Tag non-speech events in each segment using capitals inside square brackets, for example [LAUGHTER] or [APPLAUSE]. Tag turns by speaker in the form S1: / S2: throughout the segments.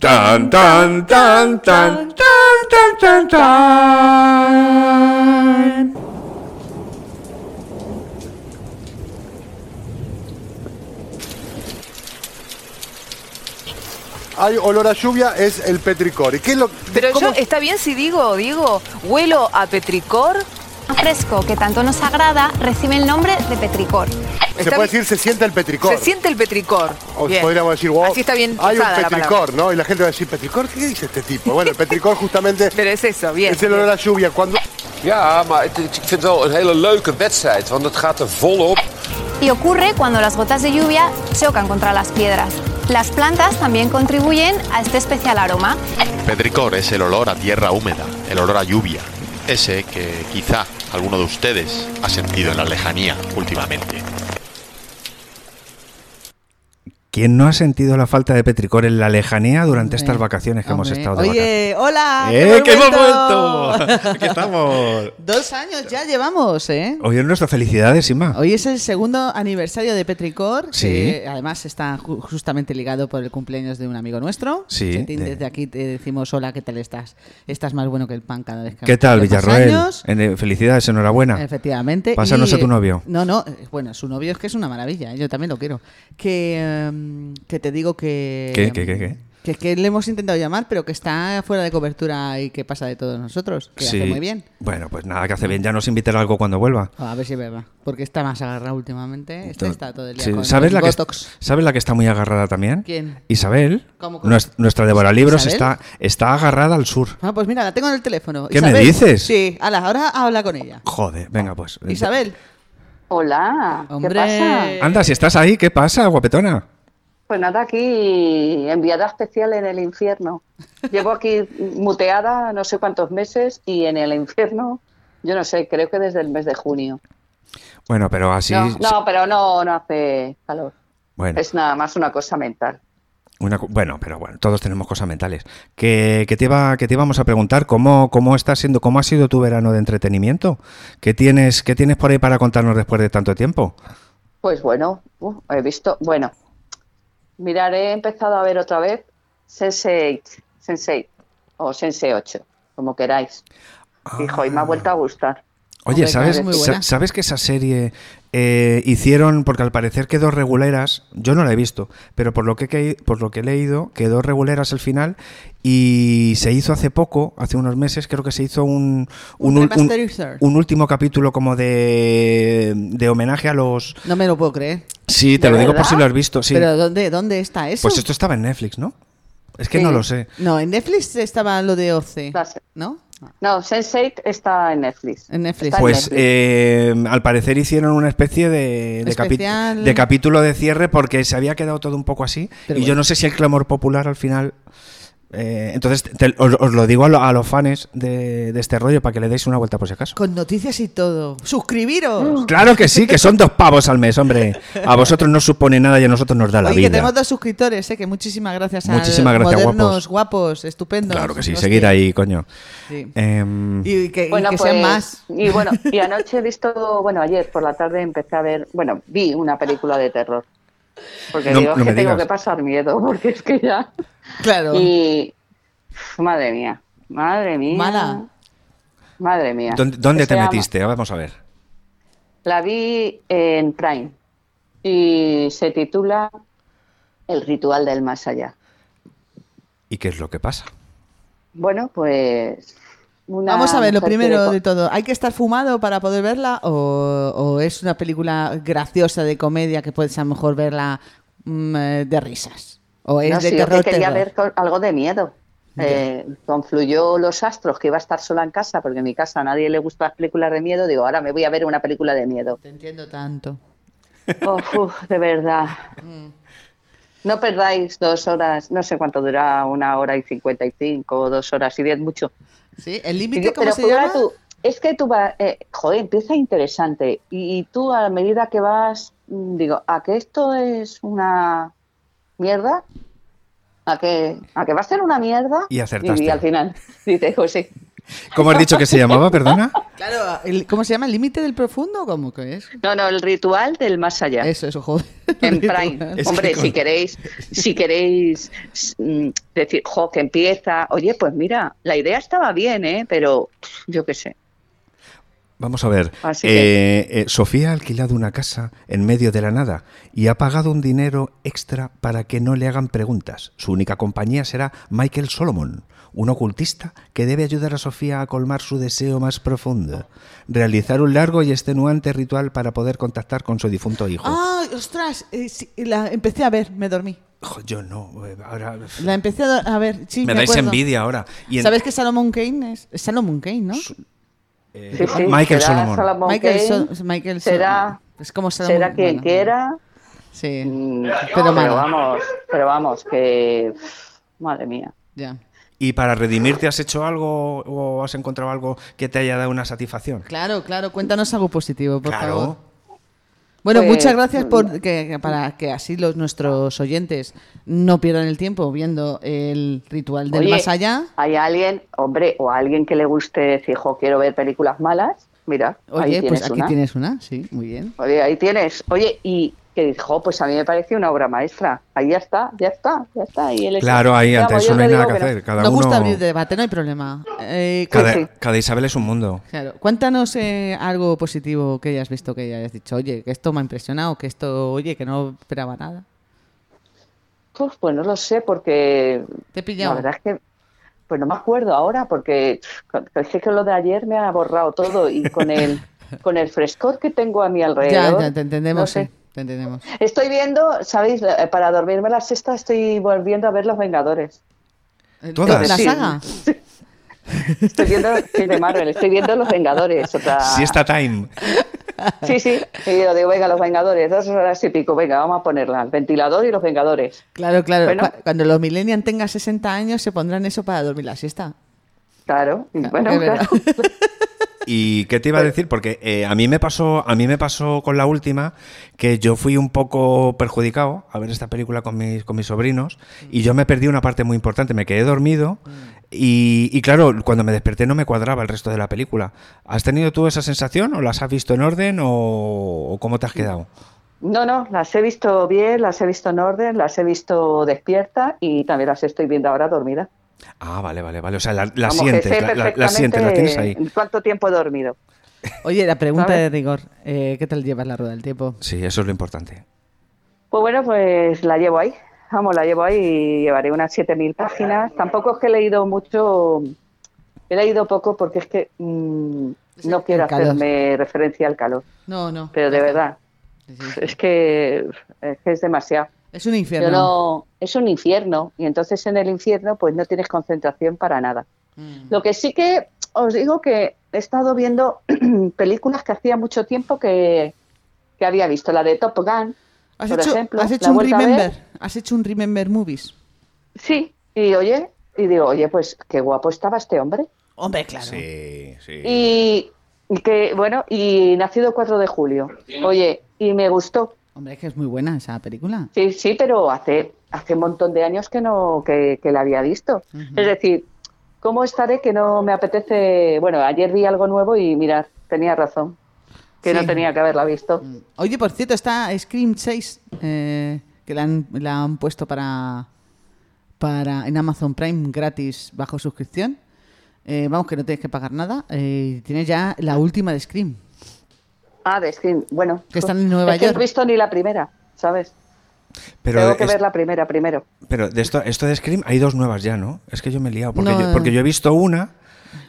S1: Tan, tan, tan, tan, tan, tan, tan, tan.
S2: Hay olor a lluvia, es el petricor. ¿Y qué es lo
S3: Pero
S2: cómo-
S3: yo, ¿está bien si digo, digo, huelo a petricor?
S4: fresco que tanto nos agrada recibe el nombre de petricor.
S2: se
S3: está
S2: puede
S3: bien.
S2: decir se siente el petricor?
S3: Se siente el petricor.
S2: O
S3: Bien.
S2: podríamos decir, wow,
S3: Así está bien
S2: hay un
S3: usada la palabra.
S2: petricor, ¿no? Y la gente va a decir, ¿petricor? ¿Qué dice este tipo? Bueno, el petricor justamente
S3: Pero es eso, [LAUGHS] bien.
S2: es el olor a lluvia. Cuando
S5: Ja, maar het- ik vind het wel een hele leuke wedstrijd, want het gaat er volop.
S4: Y ocurre cuando las gotas de lluvia chocan contra las piedras. Las plantas también contribuyen a este especial aroma.
S6: Petricor es el olor a tierra húmeda, el olor a lluvia, ese que quizá alguno de ustedes ha sentido en la lejanía últimamente.
S1: ¿Quién no ha sentido la falta de petricor en la lejanía durante estas vacaciones que hemos
S7: Hombre.
S1: estado de vacaciones?
S7: Oye, hola.
S1: ¡Eh, que hemos vuelto!
S7: vuelto!
S1: Aquí [LAUGHS] estamos.
S7: Dos años ya llevamos, ¿eh?
S1: Hoy es nuestra felicidad, Sima.
S7: Hoy es el segundo aniversario de Petricor,
S1: Sí.
S7: que además está ju- justamente ligado por el cumpleaños de un amigo nuestro.
S1: Sí.
S7: Chetín,
S1: Eh.
S7: desde aquí te decimos hola, ¿qué tal estás? Estás más bueno que el pan cada vez que
S1: ¿Qué tal,
S7: que más
S1: Villarroel?
S7: pues años.
S1: En- eh, Felicidades, enhorabuena.
S7: Efectivamente.
S1: Pásanos
S7: Y,
S1: a tu novio.
S7: eh, No, no, eh, bueno, su novio es que es una maravilla, eh, yo también lo quiero. Que, em, que te digo que...
S1: ¿Qué, qué, qué, qué?
S7: Que es que le hemos intentado llamar, pero que está fuera de cobertura y que pasa de todos nosotros. Que hace muy bien. Oh,
S1: Bueno, pues nada, que hace bien. Ya nos invitará algo cuando vuelva.
S7: A ver si beba, porque está más agarrado últimamente. Este está todo el día
S1: Sí,
S7: con
S1: ¿sabes, la que,
S7: Botox.
S1: ¿Sabes la que está muy agarrada también?
S7: ¿Quién?
S1: Isabel.
S7: ¿Cómo, cómo?
S1: Nues- Nuestra Débora Libros
S7: ¿Isabel?
S1: está, está agarrada al sur.
S7: Ah, pues mira, la tengo en el teléfono.
S1: ¿Qué me dices?
S7: Sí, ala, ahora habla con ella.
S1: Joder, venga pues.
S7: Isabel.
S8: Hola,
S7: Hombre.
S8: ¿qué pasa?
S1: Anda, si estás ahí, ¿qué pasa, guapetona?
S8: Pues nada, aquí enviada especial en el infierno. Llevo aquí muteada no sé cuántos meses y en el infierno, yo no sé, creo que desde el mes de junio.
S1: Bueno, pero así.
S8: No, no, pero no, no hace calor.
S1: Bueno,
S8: Es nada más una cosa mental.
S1: una co- bueno, pero bueno, todos tenemos cosas mentales. Que, que te, iba, que te íbamos a preguntar cómo, cómo está siendo, cómo ha sido tu verano de entretenimiento. ¿Qué tienes, qué tienes por ahí para contarnos después de tanto tiempo?
S8: Pues bueno, uh, he visto, bueno, mirar, he empezado a ver otra vez Sense8, Sense8 o Sense8, como queráis. Hijo, y me ha vuelto a gustar.
S1: Oye,
S7: Hombre,
S1: ¿sabes,
S7: claro, es muy
S1: sa-
S7: buena.
S1: ¿sabes que esa serie eh, hicieron, porque al parecer quedó reguleras, yo no la he visto, pero por lo que, que- por lo que he leído, quedó reguleras al final y se hizo hace poco, hace unos meses, creo que se hizo un,
S7: Un
S1: ul-
S7: remasterizar.
S1: un último capítulo como de, de homenaje a los...
S7: No me lo puedo creer.
S1: Sí, te
S8: ¿De
S1: lo digo por
S8: verdad?
S1: si lo has visto, sí.
S7: Pero ¿dónde, dónde está eso?
S1: pues esto estaba en Netflix, ¿no? Es que
S8: Sí.
S1: no lo sé.
S7: No, en Netflix estaba lo de OC.
S8: La se-
S7: ¿No?
S8: No, Sense8 está en Netflix.
S7: En Netflix.
S8: Está en
S1: Pues
S8: Netflix.
S1: eh, al parecer hicieron una especie de, de, capi-
S7: Especial.
S1: de capítulo de cierre porque se había quedado todo un poco así.
S7: Pero
S1: y yo
S7: bueno.
S1: no sé si el clamor popular al final... eh, entonces te- os, os lo digo a, lo- a los fans de, de este rollo para que le deis una vuelta por si acaso.
S7: Con noticias y todo.
S8: Ah.
S7: ¡Suscribiros!
S1: Claro que sí, que son dos pavos al mes, hombre. A vosotros no os supone nada y a nosotros nos da la
S7: Oye, que
S1: vida.
S7: tenemos dos suscriptores, ¿eh? que muchísimas gracias a
S1: Muchísimas gracias, guapos.
S7: modernos, guapos, estupendos.
S1: Claro que sí,
S7: Hostia.
S1: seguid ahí, coño.
S7: Sí.
S1: Em,
S7: Y que, y
S8: Bueno,
S7: que
S8: pues,
S7: sean más. [LAUGHS]
S8: Y bueno, y anoche he visto, bueno, ayer por la tarde empecé a ver, bueno, vi una película de terror. Porque
S1: No-
S8: digo, es
S1: no
S8: que
S1: me
S8: tengo
S1: digas.
S8: que pasar miedo, porque es que ya.
S7: Claro.
S8: Y. Madre mía, madre mía.
S7: Mala.
S8: Madre mía.
S1: ¿Dónde, dónde
S8: O
S1: te
S8: sea,
S1: metiste? Vamos a ver.
S8: La vi en Prime y se titula El ritual del más allá.
S1: ¿Y qué es lo que pasa?
S8: Bueno, pues. una
S7: Vamos a ver, lo
S8: mujer que
S7: primero
S8: co-
S7: de todo, ¿hay que estar fumado para poder verla o, o es una película graciosa de comedia que puedes a lo mejor verla mm, eh, de risas? ¿O es
S8: No,
S7: de
S8: sí, yo que
S7: terror?
S8: quería
S7: terror?
S8: ver con- algo de miedo. Eh, confluyó los astros que iba a estar sola en casa, porque en mi casa a nadie le gustan las películas de miedo. Digo, ahora me voy a ver una película de miedo.
S7: Te entiendo tanto.
S8: Oh, uf, de verdad. No perdáis dos horas, no sé cuánto dura, una hora y cincuenta y cinco, dos horas y diez, mucho.
S7: ¿Sí? ¿El
S8: Y
S7: límite
S8: yo-
S7: cómo
S8: pero
S7: se
S8: Paula,
S7: llama?
S8: tú- es que tú vas, joder, empieza interesante. Y, y tú a medida que vas, mm, digo, a que esto es una mierda, a que, a que va a ser una mierda.
S1: Y acertaste.
S8: [LAUGHS] "Pues al final dices, José,
S1: ¿Cómo has dicho que se
S8: [LAUGHS]
S1: llamaba, perdona?
S7: Claro, el- ¿cómo se llama? ¿El límite del profundo? ¿Cómo que es?
S8: No, no, el ritual del más allá.
S7: Eso, eso, joder. [LAUGHS]
S8: En Prime.
S1: Es que
S8: Hombre,
S1: con-
S8: si queréis, si queréis mm, decir, jo, que empieza. Oye, pues mira, la idea estaba bien, ¿eh? Pero pff, yo qué sé.
S1: Vamos a ver.
S8: Así
S1: eh, eh, Sofía ha alquilado una casa en medio de la nada y ha pagado un dinero extra para que no le hagan preguntas. Su única compañía será Michael Solomon, un ocultista que debe ayudar a Sofía a colmar su deseo más profundo, realizar un largo y extenuante ritual para poder contactar con su difunto hijo.
S7: Ah, ostras, eh, sí, la empecé a ver, me dormí.
S1: Jo, yo no, eh, ahora
S7: La empecé a, do- a ver, sí,
S1: me,
S7: me
S1: dais
S7: acuerdo.
S1: envidia ahora. Y en-
S7: ¿Sabes que Salomon Kane es? es Salomon Kane, ¿no?
S1: eh,
S8: Sí, sí,
S1: Michael
S8: será
S1: Solomon.
S8: Solomon
S7: Michael,
S8: Kane,
S7: Sol- Michael Sol-
S8: será,
S7: Es como Salomon
S8: será quien
S7: bueno,
S8: quiera.
S7: Sí,
S8: mm,
S7: Pero
S8: Pero,
S7: malo.
S8: vamos, pero vamos, que. pff, Madre mía.
S7: ya.
S1: ¿Y para redimirte has hecho algo o has encontrado algo que te haya dado una satisfacción?
S7: Claro, claro, cuéntanos algo positivo, por
S1: claro.
S7: favor. Bueno,
S8: Pues,
S7: muchas gracias
S8: mm.
S7: por que, que para que así los nuestros oyentes no pierdan el tiempo viendo el ritual del
S8: Oye,
S7: más allá.
S8: Hay alguien, hombre, o alguien que le guste decir, jo, quiero ver películas malas. Mira,
S7: Oye,
S8: ahí
S7: pues
S8: tienes
S7: aquí
S8: una.
S7: tienes una, sí, muy bien.
S8: Oye, ahí tienes. Oye, y que dijo, pues a mí me pareció una obra maestra. Ahí ya está, ya está, ya está. Y él es-
S1: Claro, ahí ante
S8: Vamos,
S1: eso
S8: yo
S1: no hay
S8: te
S1: nada que
S8: digo no.
S1: hacer. Cada
S7: Nos
S1: uno.
S7: gusta abrir debate, no hay problema. Eh, cu-
S1: cada,
S8: Sí, sí.
S1: cada Isabel es un mundo.
S7: claro, cuéntanos eh, algo positivo que hayas visto, que hayas dicho, oye, que esto me ha impresionado, que esto, oye, que no esperaba nada.
S8: Pues, pues no lo sé, porque
S7: Te he
S8: la
S7: pillado.
S8: verdad es que pues no me acuerdo ahora, porque es que lo de ayer me ha borrado todo y con
S7: [LAUGHS]
S8: el con el frescor que tengo a mi
S7: ya,
S8: alrededor.
S7: ya, te entendemos,
S8: no sé.
S7: sí, te entendemos.
S8: Estoy viendo, ¿sabéis? Eh, Para dormirme la siesta estoy volviendo a ver Los Vengadores.
S1: Todas.
S7: ¿La
S8: Sí.
S7: saga?
S8: Estoy viendo sí, de Marvel, estoy viendo Los Vengadores. otra-
S1: Si está time.
S8: Sí, sí. Y yo digo, venga, los Vengadores, dos horas y pico, venga, vamos a ponerla. El ventilador y los Vengadores.
S7: Claro, claro.
S8: Bueno.
S7: Cu- Cuando los millennials tengan 60 años se pondrán eso para dormir la siesta.
S8: Claro. Y bueno,
S7: es verdad.
S8: claro.
S1: ¿Y qué te iba a
S8: Pues
S1: decir? Porque eh, a mí me pasó, a mí me pasó con la última que yo fui un poco perjudicado a ver esta película con mis, con mis sobrinos
S8: Mm.
S1: y yo me perdí una parte muy importante. Me quedé dormido y, y claro, cuando me desperté no me cuadraba el resto de la película. ¿Has tenido tú esa sensación o las has visto en orden o, o cómo te has quedado?
S8: No, no, las he visto bien, las he visto en orden, las he visto despierta y también las estoy viendo ahora dormida.
S1: Ah, vale, vale, vale. O sea, la, la
S8: Vamos, que
S1: sientes,
S8: sé
S1: la, la- la sientes, la tienes ahí.
S8: perfectamente ¿Cuánto tiempo he dormido?
S7: [LAUGHS] Oye, la pregunta
S8: ¿Sabes?
S7: de rigor. eh, ¿Qué tal llevas la rueda del tiempo?
S1: Sí, eso es lo importante.
S8: Pues bueno, pues la llevo ahí. Vamos, la llevo ahí y llevaré unas 7.000 páginas. Tampoco es que he leído mucho, he leído poco porque es que mm,
S7: Es el-
S8: no quiero
S7: el calor.
S8: hacerme referencia al calor.
S7: No, no.
S8: Pero de verdad, es que es, que es demasiado.
S7: Es un
S8: Yo
S7: infierno.
S8: no, es un infierno y entonces en el infierno pues no tienes concentración para nada.
S7: Mm.
S8: Lo que sí que os digo que he estado viendo [CLEARS THROAT] películas que hacía mucho tiempo que, que había visto. La de Top Gun,
S7: ¿Has,
S8: por
S7: hecho,
S8: ejemplo.
S7: has hecho
S8: la he
S7: un
S8: vuelto a ver.
S7: remember. Has hecho un remember movies.
S8: Sí, y oye, y digo, oye, pues qué guapo estaba este hombre.
S7: Hombre, claro.
S1: Sí, sí.
S8: Y y que, bueno, y nacido 4 de julio. Oye, y me gustó.
S7: Hombre, es que es muy buena esa película.
S8: Sí, sí, pero hace, hace un montón de años que no que, que la había visto. Es decir, ¿cómo estaré que no me apetece? Bueno, ayer vi algo nuevo y mirad, tenía razón, que
S7: Sí.
S8: no tenía que haberla visto.
S7: Mm. Oye, por cierto, está Scream 6, eh, que la han, la han puesto para, para en Amazon Prime gratis bajo suscripción. Eh, vamos, que no tienes que pagar nada. Eh, tienes ya la última de Scream.
S8: Ah, de Scream, bueno.
S7: Que están en Nueva
S8: es que
S7: York.
S8: No he visto ni la primera, ¿sabes?
S1: Pero
S8: Tengo que
S1: es-
S8: ver la primera primero.
S1: Pero de esto, esto de Scream hay dos nuevas ya, ¿no? Es que yo me he liado. Porque,
S7: No,
S1: yo, porque yo he visto una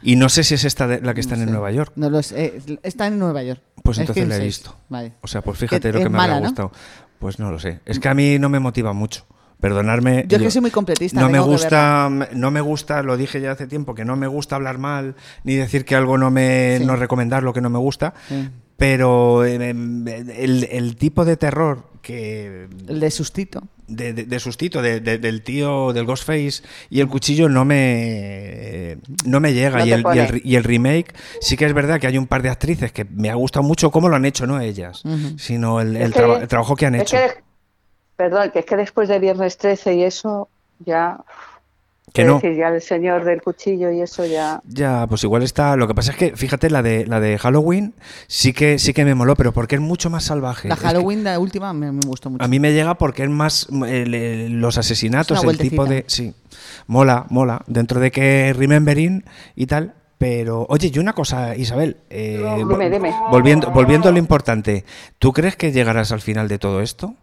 S1: y no sé si es esta de- la que están en Nueva York.
S7: No lo sé, eh, está en Nueva York.
S1: Pues
S7: Es
S1: entonces
S7: Scream
S1: la he
S7: 6.
S1: visto.
S7: Vale.
S1: O sea, pues fíjate lo
S7: es
S1: que me
S7: mala,
S1: habrá
S7: ¿no?
S1: gustado. Pues no lo sé. Es que a mí no me motiva mucho. Perdonarme.
S7: Yo es que soy muy completista,
S1: No me
S7: tengo que
S1: gusta, no me gusta, lo dije ya hace tiempo, que no me gusta hablar mal, ni decir que algo no me,
S7: Sí.
S1: no recomendar lo que no me gusta.
S7: Sí.
S1: Pero eh, el, el tipo de terror que
S7: El de sustito.
S1: de, de- de sustito, de- de- del tío del Ghostface y el cuchillo no me no me llega.
S8: No
S1: y,
S8: te
S1: el, y,
S8: pone.
S1: el, re- y el remake, sí que es verdad que hay un par de actrices que me ha gustado mucho cómo lo han hecho, no ellas, sino el, el
S8: Es que-
S1: traba- el trabajo que han
S8: es
S1: hecho.
S8: que de- perdón, que es que después de Viernes 13 y eso, ya
S1: Que no.
S8: decir, ya el señor del cuchillo y eso ya.
S1: Ya, pues igual está. Lo que pasa es que, fíjate, la de la de Halloween sí que sí que me moló, pero porque es mucho más salvaje.
S7: La
S1: Eh, Es que
S7: Halloween, la última, me, me gustó mucho.
S1: a mí me llega porque es más mm, el- el- los asesinatos,
S7: Es
S1: el
S7: una
S1: tipo de.
S7: vueltecita.
S1: Sí. Mola, mola. Dentro de que remembering y tal. Pero, oye, y una cosa, Isabel, eh,
S8: Dime,
S1: vol-
S8: dime.
S1: Volviendo, volviendo a lo importante, ¿tú crees que llegarás al final de todo esto?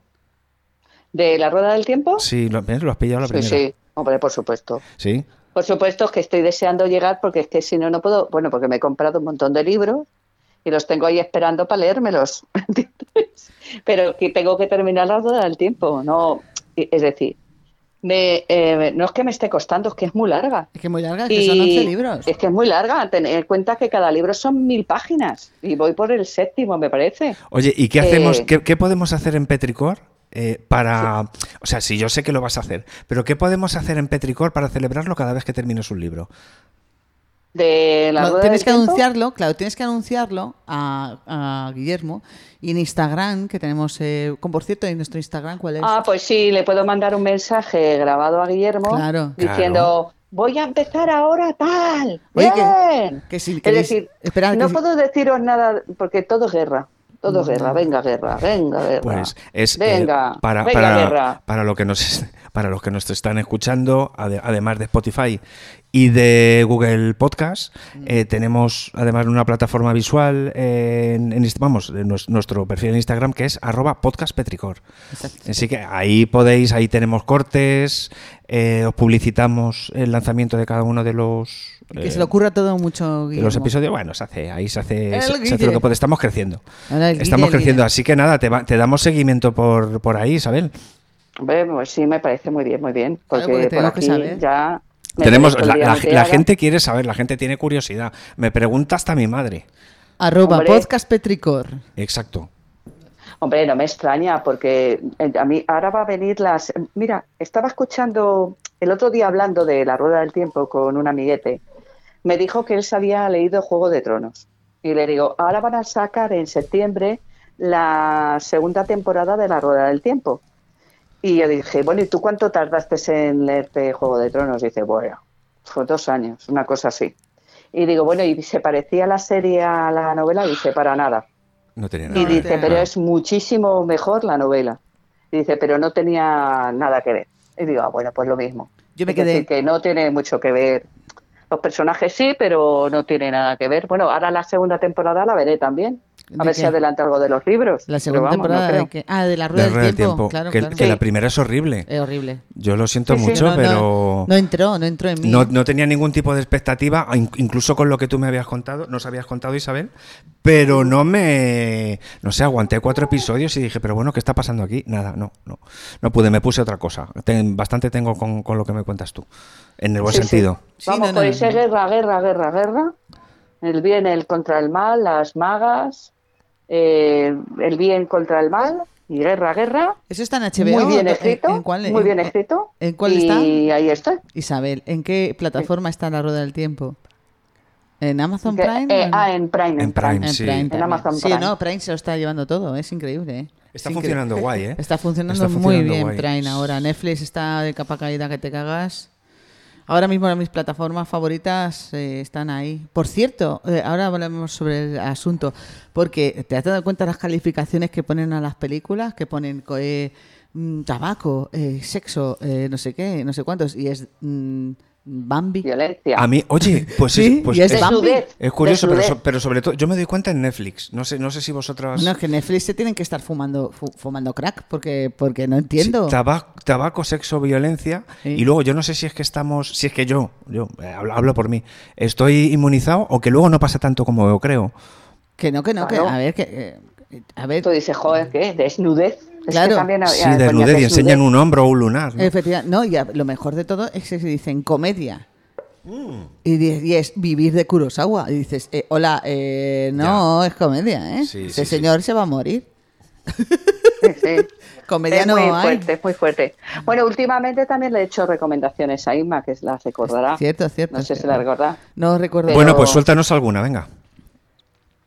S8: ¿De la rueda del tiempo?
S1: Sí, lo, ¿ves? lo has pillado a la
S8: sí,
S1: primera.
S8: sí. Hombre, por supuesto.
S1: Sí.
S8: Por supuesto que estoy deseando llegar porque es que si no, no puedo. Bueno, porque me he comprado un montón de libros y los tengo ahí esperando para leérmelos. [LAUGHS] ¿entiendes? Pero que tengo que terminar la rueda del tiempo. no Es decir, me- eh, no es que me esté costando, es que es muy larga.
S7: Es que es muy larga, es que son
S8: Y
S7: 11 libros.
S8: Es que es muy larga. Tener en cuenta que cada libro son mil páginas y voy por el séptimo, me parece.
S1: Oye, ¿y qué hacemos?
S8: Eh.
S1: ¿Qué, qué podemos hacer en Petricor? eh, para. O sea, sí, yo sé que lo vas a hacer, pero ¿qué podemos hacer en Petricor para celebrarlo cada vez que termines un libro?
S8: De la
S7: Lo-
S8: rueda
S7: tienes
S8: del
S7: que
S8: tiempo,
S7: anunciarlo, claro, tienes que anunciarlo a, a Guillermo y en Instagram, que tenemos, eh, con por cierto, en nuestro Instagram, ¿cuál es?
S8: Ah, pues sí, le puedo mandar un mensaje grabado a Guillermo
S7: Claro.
S8: diciendo, voy a empezar ahora tal.
S7: Oye,
S8: bien".
S7: que si
S8: es
S7: queréis-
S8: decir,
S7: esperad,
S8: no
S7: que si-
S8: puedo deciros nada porque todo es guerra. Todo es guerra, venga guerra, venga guerra.
S1: Pues es eh,
S8: venga,
S1: para,
S8: venga
S1: para,
S8: guerra.
S1: para lo que nos para los que nos están escuchando, ade- además de Spotify y de Google Podcast,
S8: Mm.
S1: eh, tenemos además una plataforma visual eh, en, en Inst- vamos, en nues- nuestro perfil en Instagram que es arroba podcastpetricor. Así que ahí podéis, ahí tenemos cortes, eh, os publicitamos el lanzamiento de cada uno de los
S7: que
S1: eh,
S7: se le ocurra todo mucho,
S1: de los
S7: Guillermo.
S1: episodios, bueno, se hace, ahí se hace,
S7: El
S1: se- se hace
S7: Guille.
S1: lo que puede. Estamos creciendo.
S7: Ahora el Guille,
S1: Estamos
S7: el
S1: creciendo,
S7: Guille.
S1: así que nada, te, va- te damos seguimiento por, por ahí, Isabel.
S8: Hombre, pues sí, me parece muy bien, muy bien. Porque,
S7: porque
S8: por
S7: tenemos que
S8: aquí
S7: saber.
S8: ya... me
S1: Tenemos,
S8: merezco
S1: la,
S8: el día
S1: la-
S8: de mi
S1: la
S8: tía.
S1: gente quiere saber, la gente tiene curiosidad. Me pregunta hasta mi madre.
S7: Arroba
S8: Hombre.
S7: podcast petricor.
S1: Exacto.
S8: Hombre, no me extraña, porque eh, a mí ahora va a venir las. Mira, estaba escuchando el otro día hablando de la rueda del tiempo con un amiguete. Me dijo que él se había leído Juego de Tronos. Y le digo, ahora van a sacar en septiembre la segunda temporada de la rueda del tiempo. Y yo dije, bueno, ¿y tú cuánto tardaste en leerte Juego de Tronos? dice, bueno, fue dos años, una cosa así. Y digo, bueno, ¿y se parecía la serie a la novela? dice, para nada.
S1: No tenía
S8: Y
S1: nada.
S8: dice,
S7: no.
S8: pero es muchísimo mejor la novela. Y dice, pero no tenía nada que ver. Y digo, ah, bueno, pues lo mismo.
S7: Yo me
S8: Es
S7: quedé-
S8: decir, que no tiene mucho que ver. Los personajes sí, pero no tiene nada que ver. Bueno, ahora la segunda temporada la veré también. A
S7: ¿De
S8: ver
S7: qué?
S8: si adelanta algo de los libros.
S7: La
S8: Pero
S7: segunda
S8: vamos, no
S7: temporada de
S8: creo.
S7: que- Ah, de la
S1: La
S7: rueda
S1: rueda
S7: del tiempo. Claro,
S1: que
S7: claro.
S1: que la primera es horrible.
S7: Es horrible.
S1: Yo lo siento
S8: Sí, sí.
S1: mucho,
S7: No, no,
S1: pero
S7: no entró, no entró en mí.
S1: no, no tenía ningún tipo de expectativa, in- incluso con lo que tú me habías contado, nos habías contado, Isabel. Pero no me. No sé, aguanté cuatro episodios y dije, pero bueno, ¿qué está pasando aquí? Nada, no, no. No pude, me puse otra cosa. Ten- bastante tengo con, con lo que me cuentas tú. En el buen
S8: Sí, sí.
S1: sentido.
S7: Sí,
S8: Vamos,
S7: no, no,
S8: podéis
S7: no.
S8: ser guerra, guerra, guerra, guerra. El bien, el contra el mal, las magas, eh, el bien contra el mal y guerra, guerra.
S7: Eso está en HBO.
S8: muy bien
S7: ¿En-
S8: escrito,
S7: en cuál-
S8: muy
S7: en-
S8: bien escrito.
S7: ¿En cuál
S8: y
S7: está?
S8: ahí está.
S7: Isabel, ¿en qué plataforma está la rueda del tiempo? ¿En Amazon
S8: Que-
S7: Prime?
S8: eh,
S7: o
S8: ah, en Prime.
S1: En Prime.
S7: En
S1: sí.
S7: Prime
S1: En
S7: también.
S8: Amazon
S7: Sí,
S8: Prime.
S7: no, Prime se lo está llevando todo, es increíble. ¿eh?
S1: Está
S7: Es increíble.
S1: funcionando guay, ¿eh?
S7: [LAUGHS] Está funcionando
S1: Está
S7: muy
S1: funcionando
S7: bien
S1: guay.
S7: Prime ahora. Netflix está de capa caída que te cagas. Ahora mismo mis plataformas favoritas eh, están ahí. Por cierto, eh, ahora hablamos sobre el asunto, porque te has dado cuenta las calificaciones que ponen a las películas, que ponen co- eh, mm, tabaco, eh, sexo, eh, no sé qué, no sé cuántos, y es mm, Bambi.
S8: Violencia.
S1: A mí, oye, pues, es-
S7: Sí,
S1: pues
S7: y es
S1: es,
S7: Bambi.
S8: sudez,
S1: es curioso,
S8: de
S1: pero,
S8: sudez.
S1: so- pero sobre todo, yo me doy cuenta en Netflix. No sé, no sé si vosotras.
S7: No, es que en Netflix se tienen que estar fumando, fu- fumando crack, porque, porque no
S1: Sí,
S7: entiendo.
S1: tabaco, tabaco, sexo, violencia.
S7: Sí.
S1: Y luego yo no sé si es que estamos, si es que yo, yo eh, hablo, hablo por mí, estoy inmunizado o que luego no pasa tanto como yo creo.
S7: Que no, que no, que
S8: Claro.
S7: a ver, que eh, a ver,
S8: Tú dices, joder, ¿qué? Desnudez. Es que
S7: Claro.
S8: también
S1: Sí,
S8: había- coño,
S1: desnudez y
S8: desnudez.
S1: enseñan un hombro o un lunar. ¿no?
S7: efectivamente, no, y a- lo mejor de todo es que se dicen comedia.
S1: Mm.
S7: Y, di- y es vivir de Kurosawa. Y dices, eh, hola, eh, no, es comedia, ¿eh?
S1: Sí, sí, sí.
S7: Ese señor se va a morir.
S8: Sí, sí.
S7: [LAUGHS] Comedia
S8: Es
S7: no
S8: muy
S7: hay.
S8: fuerte, es muy fuerte. Bueno, últimamente también le he hecho recomendaciones a Inma, que las recordará.
S7: Cierto, cierto.
S8: No sé si
S7: cierto.
S8: la recordará.
S7: No recuerdo.
S1: Bueno, pues suéltanos alguna, venga.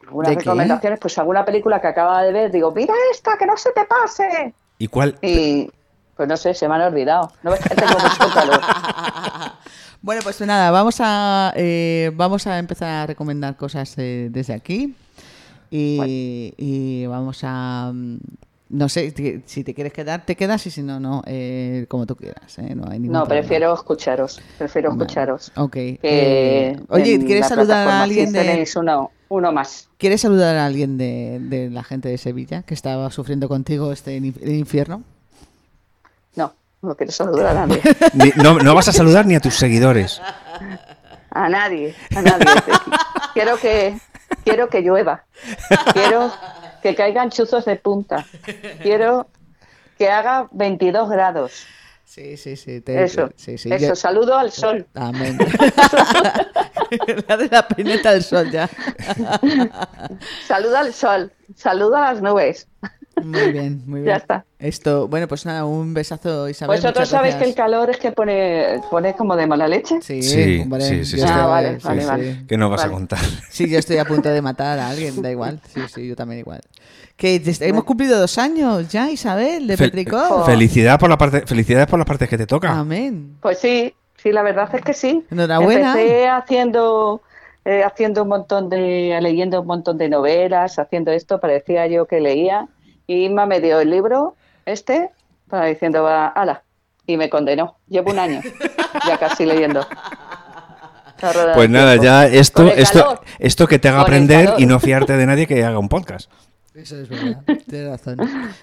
S8: Algunas
S7: ¿De qué?
S8: recomendaciones, pues alguna película que acaba de ver, digo, mira esta, que no se te pase.
S1: ¿Y cuál?
S8: Y pues no sé, se me han olvidado. No ves que tengo mucho calor.
S7: [LAUGHS] Bueno, pues nada, vamos a, eh, vamos a empezar a recomendar cosas eh, desde aquí. Y, y vamos a. mm, No sé, ti- si te quieres quedar, te quedas y si no, no, eh, como tú quieras. eh, no, hay ningún
S8: No,
S7: problema.
S8: prefiero escucharos. Prefiero
S7: Vale,
S8: escucharos.
S7: ok.
S8: Que
S7: Eh, oye,
S8: en
S7: ¿quieres
S8: la
S7: saludar a
S8: plataforma
S7: alguien
S8: sí
S7: de-
S8: tenéis uno, uno más.
S7: ¿Quieres saludar a alguien de, de la gente de Sevilla que estaba sufriendo contigo este in- infierno?
S8: No, no quiero saludar a nadie.
S1: Ni- no, no vas a saludar ni a tus
S8: [LAUGHS]
S1: seguidores.
S8: A nadie, a nadie. quiero que quiero que llueva. Quiero que caigan chuzos de punta. Quiero que haga 22 grados.
S7: [LAUGHS] Sí, sí, sí. te-
S8: Eso.
S7: sí, sí,
S8: eso,
S7: yo-
S8: saludo al sol. [LAUGHS]
S7: Amén. la de la peineta del sol ya.
S8: [LAUGHS] Saludo al sol. Saludo a las nubes.
S7: Muy bien, muy bien.
S8: Ya está.
S7: Esto, bueno, pues nada, un besazo, Isabel.
S8: ¿Vosotros
S7: muchas
S8: sabéis que el
S7: gracias.
S8: calor es que pone, pone como de mala leche?
S7: Sí,
S1: Sí,
S7: hombre,
S1: sí, sí,
S7: yo
S1: sí.
S7: estoy-
S8: Ah, vale,
S7: sí,
S8: vale,
S7: sí.
S8: vale.
S1: Que no vas a
S8: Vale.
S1: contar.
S7: Sí, yo estoy a punto de matar a alguien, da igual. Sí, sí, yo también igual. Que des- hemos cumplido dos años ya, Isabel, de
S1: Fel-
S7: Petricor.
S1: Felicidad por la parte, felicidades por las partes que te toca.
S7: Amén.
S8: Pues sí, sí, la verdad es que sí.
S7: Enhorabuena.
S8: Empecé haciendo, eh, haciendo un montón de, leyendo un montón de novelas, haciendo esto, parecía yo que leía, y Inma me dio el libro, este, para diciendo, va, ala, y me condenó. Llevo un año ya casi leyendo. La rueda
S1: Pues
S8: del
S1: nada,
S8: tiempo.
S1: ya esto,
S8: Con el
S1: esto,
S8: calor.
S1: esto que te haga
S8: Con el
S1: aprender
S8: calor.
S1: y no fiarte de nadie que haga un podcast.
S7: Eso es verdad, tienes razón.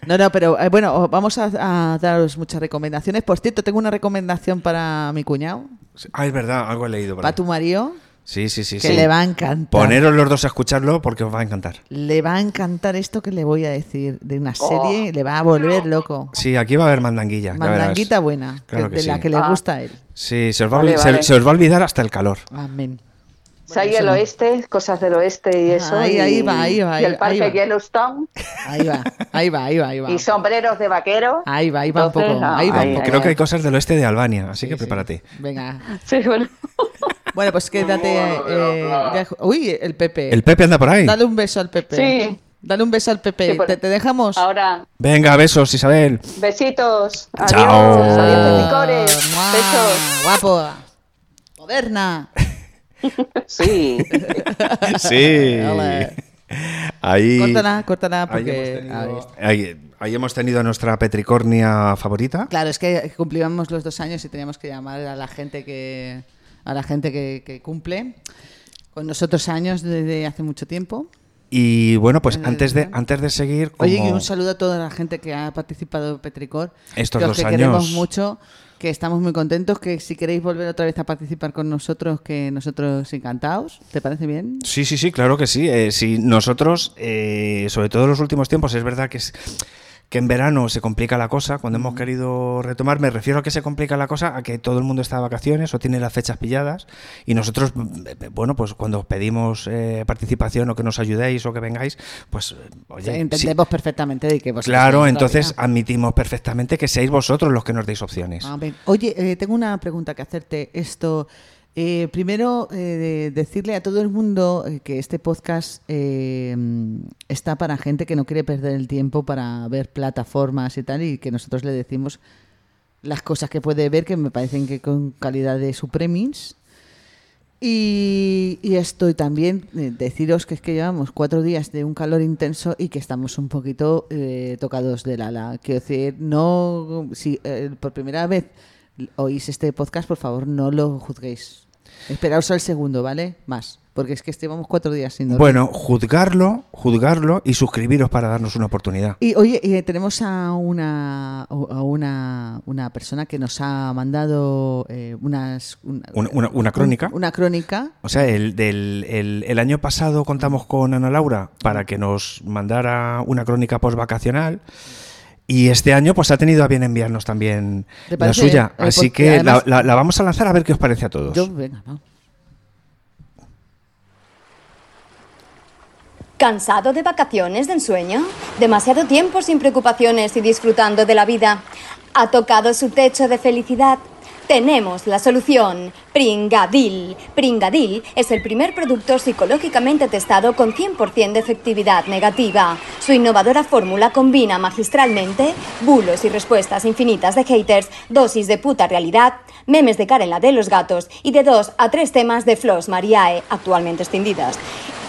S7: No, no, pero eh, bueno, os vamos a, a daros muchas recomendaciones. Por cierto, tengo una recomendación para mi cuñado,
S1: Ah, es verdad, algo he leído. por
S7: para
S1: ahí.
S7: tu marido,
S1: Sí, sí, sí.
S7: que
S1: sí.
S7: le va a encantar.
S1: Poneros los dos a escucharlo porque os va a encantar.
S7: Le va a encantar esto que le voy a decir de una
S8: Oh.
S7: serie, le va a volver loco.
S1: Sí, aquí va a haber mandanguilla. ya verás.
S7: Mandanguita buena, que-
S1: Claro que
S7: de la
S1: sí.
S7: que le
S8: Ah.
S7: gusta a él.
S1: Sí, se os, va a,
S8: Vale,
S1: olvi- se-
S8: vale.
S1: se os va a olvidar hasta el calor.
S7: Amén.
S8: Soy el oeste, este, cosas del oeste y eso.
S7: Ahí,
S8: y,
S7: ahí va, ahí va,
S8: y
S7: ahí
S8: el parque
S7: va.
S8: Yellowstone
S7: Ahí va, ahí va, ahí va, ahí va.
S8: y sombreros de vaquero.
S7: Ahí va, ahí va un poco.
S8: Entonces, ah,
S7: Ahí va un
S8: ahí,
S7: poco.
S1: Creo que hay cosas del oeste de Albania, así que
S7: Sí, sí.
S1: prepárate.
S7: Venga.
S8: Sí, bueno.
S7: Bueno, pues quédate. eh, ya- uy, el Pepe.
S1: El Pepe anda por ahí.
S7: Dale un beso al Pepe.
S8: Sí.
S7: Dale un beso al Pepe.
S8: Sí, por-
S7: ¿Te, te dejamos?
S8: Ahora,
S1: Venga, besos,
S7: [LAUGHS]
S1: Isabel.
S8: Besitos. Adiós.
S1: Chao.
S8: Adiós,
S7: Ah,
S8: picores.
S7: ¡mua!
S8: Besos.
S7: Guapo. Moderna.
S8: [LAUGHS]
S7: [LAUGHS]
S8: Sí.
S1: Sí.
S7: Ole.
S1: Ahí.
S7: Córtala, córtala,
S1: Ahí
S7: porque.
S1: hemos,
S7: ahí
S1: tenido,
S7: está.
S1: ahí- ahí hemos tenido a nuestra petricornia favorita.
S7: Claro, es que cumplíamos los dos años y teníamos que llamar a la gente que a la gente que, que cumple con nosotros años desde hace mucho tiempo.
S1: Y bueno, pues antes de, antes de seguir. Como...
S7: Oye, y un saludo a toda la gente que ha participado en Petricor.
S1: Estos
S7: que os
S1: dos
S7: que
S1: años.
S7: queremos mucho, que estamos muy contentos, que si queréis volver otra vez a participar con nosotros, que nosotros encantados. ¿Te parece bien?
S1: Sí, sí, sí, claro que sí. Eh, si nosotros, eh, sobre todo en los últimos tiempos, es verdad que es que en verano se complica la cosa, cuando hemos querido retomar, me refiero a que se complica la cosa, a que todo el mundo está de vacaciones o tiene las fechas pilladas y nosotros, mm, bueno, pues cuando os pedimos eh, participación o que nos ayudéis o que vengáis, pues, eh, oye, sí,
S7: Entendemos perfectamente de que vosotros
S1: claro,
S7: tenéis
S1: entonces
S7: todavía.
S1: admitimos perfectamente que seáis vosotros los que nos deis opciones.
S7: Amén. Oye, eh, tengo una pregunta que hacerte. Esto, eh, primero, eh, de- decirle a todo el mundo eh, que este podcast eh, está para gente que no quiere perder el tiempo para ver plataformas y tal, y que nosotros le decimos las cosas que puede ver, que me parecen que con calidad de supremins. Y, y esto y también eh, deciros que es que llevamos cuatro días de un calor intenso y que estamos un poquito eh, tocados del ala. Quiero decir, no, si eh, por primera vez oís este podcast, por favor no lo juzguéis. Esperaos al segundo, ¿vale? Más, porque es que llevamos cuatro días sin dormir.
S1: Bueno, juzgarlo, juzgarlo y suscribiros para darnos una oportunidad.
S7: Y oye, eh, tenemos a una a una, una persona que nos ha mandado eh, unas una,
S1: Una- una- una crónica.
S7: una crónica
S1: O sea, el, del, el, el año pasado contamos con Ana Laura para que nos mandara una crónica postvacacional. Y este año pues ha tenido a bien enviarnos también
S7: ¿Te
S1: la
S7: parece?
S1: suya.
S7: Eh,
S1: Así
S7: porque
S1: que la-
S7: además-
S1: la, la vamos a lanzar a ver qué os parece a todos.
S7: Yo, venga, va.
S9: ¿Cansado de vacaciones de ensueño? ¿Demasiado tiempo sin preocupaciones y disfrutando de la vida? ¿Ha tocado su techo de felicidad? Tenemos la solución. Pringadil. Pringadil es el primer producto psicológicamente testado con 100% de efectividad negativa. Su innovadora fórmula combina magistralmente bulos y respuestas infinitas de haters, dosis de puta realidad, memes de Karen la de los gatos y de dos a tres temas de Flos Mariae, actualmente extinguidas.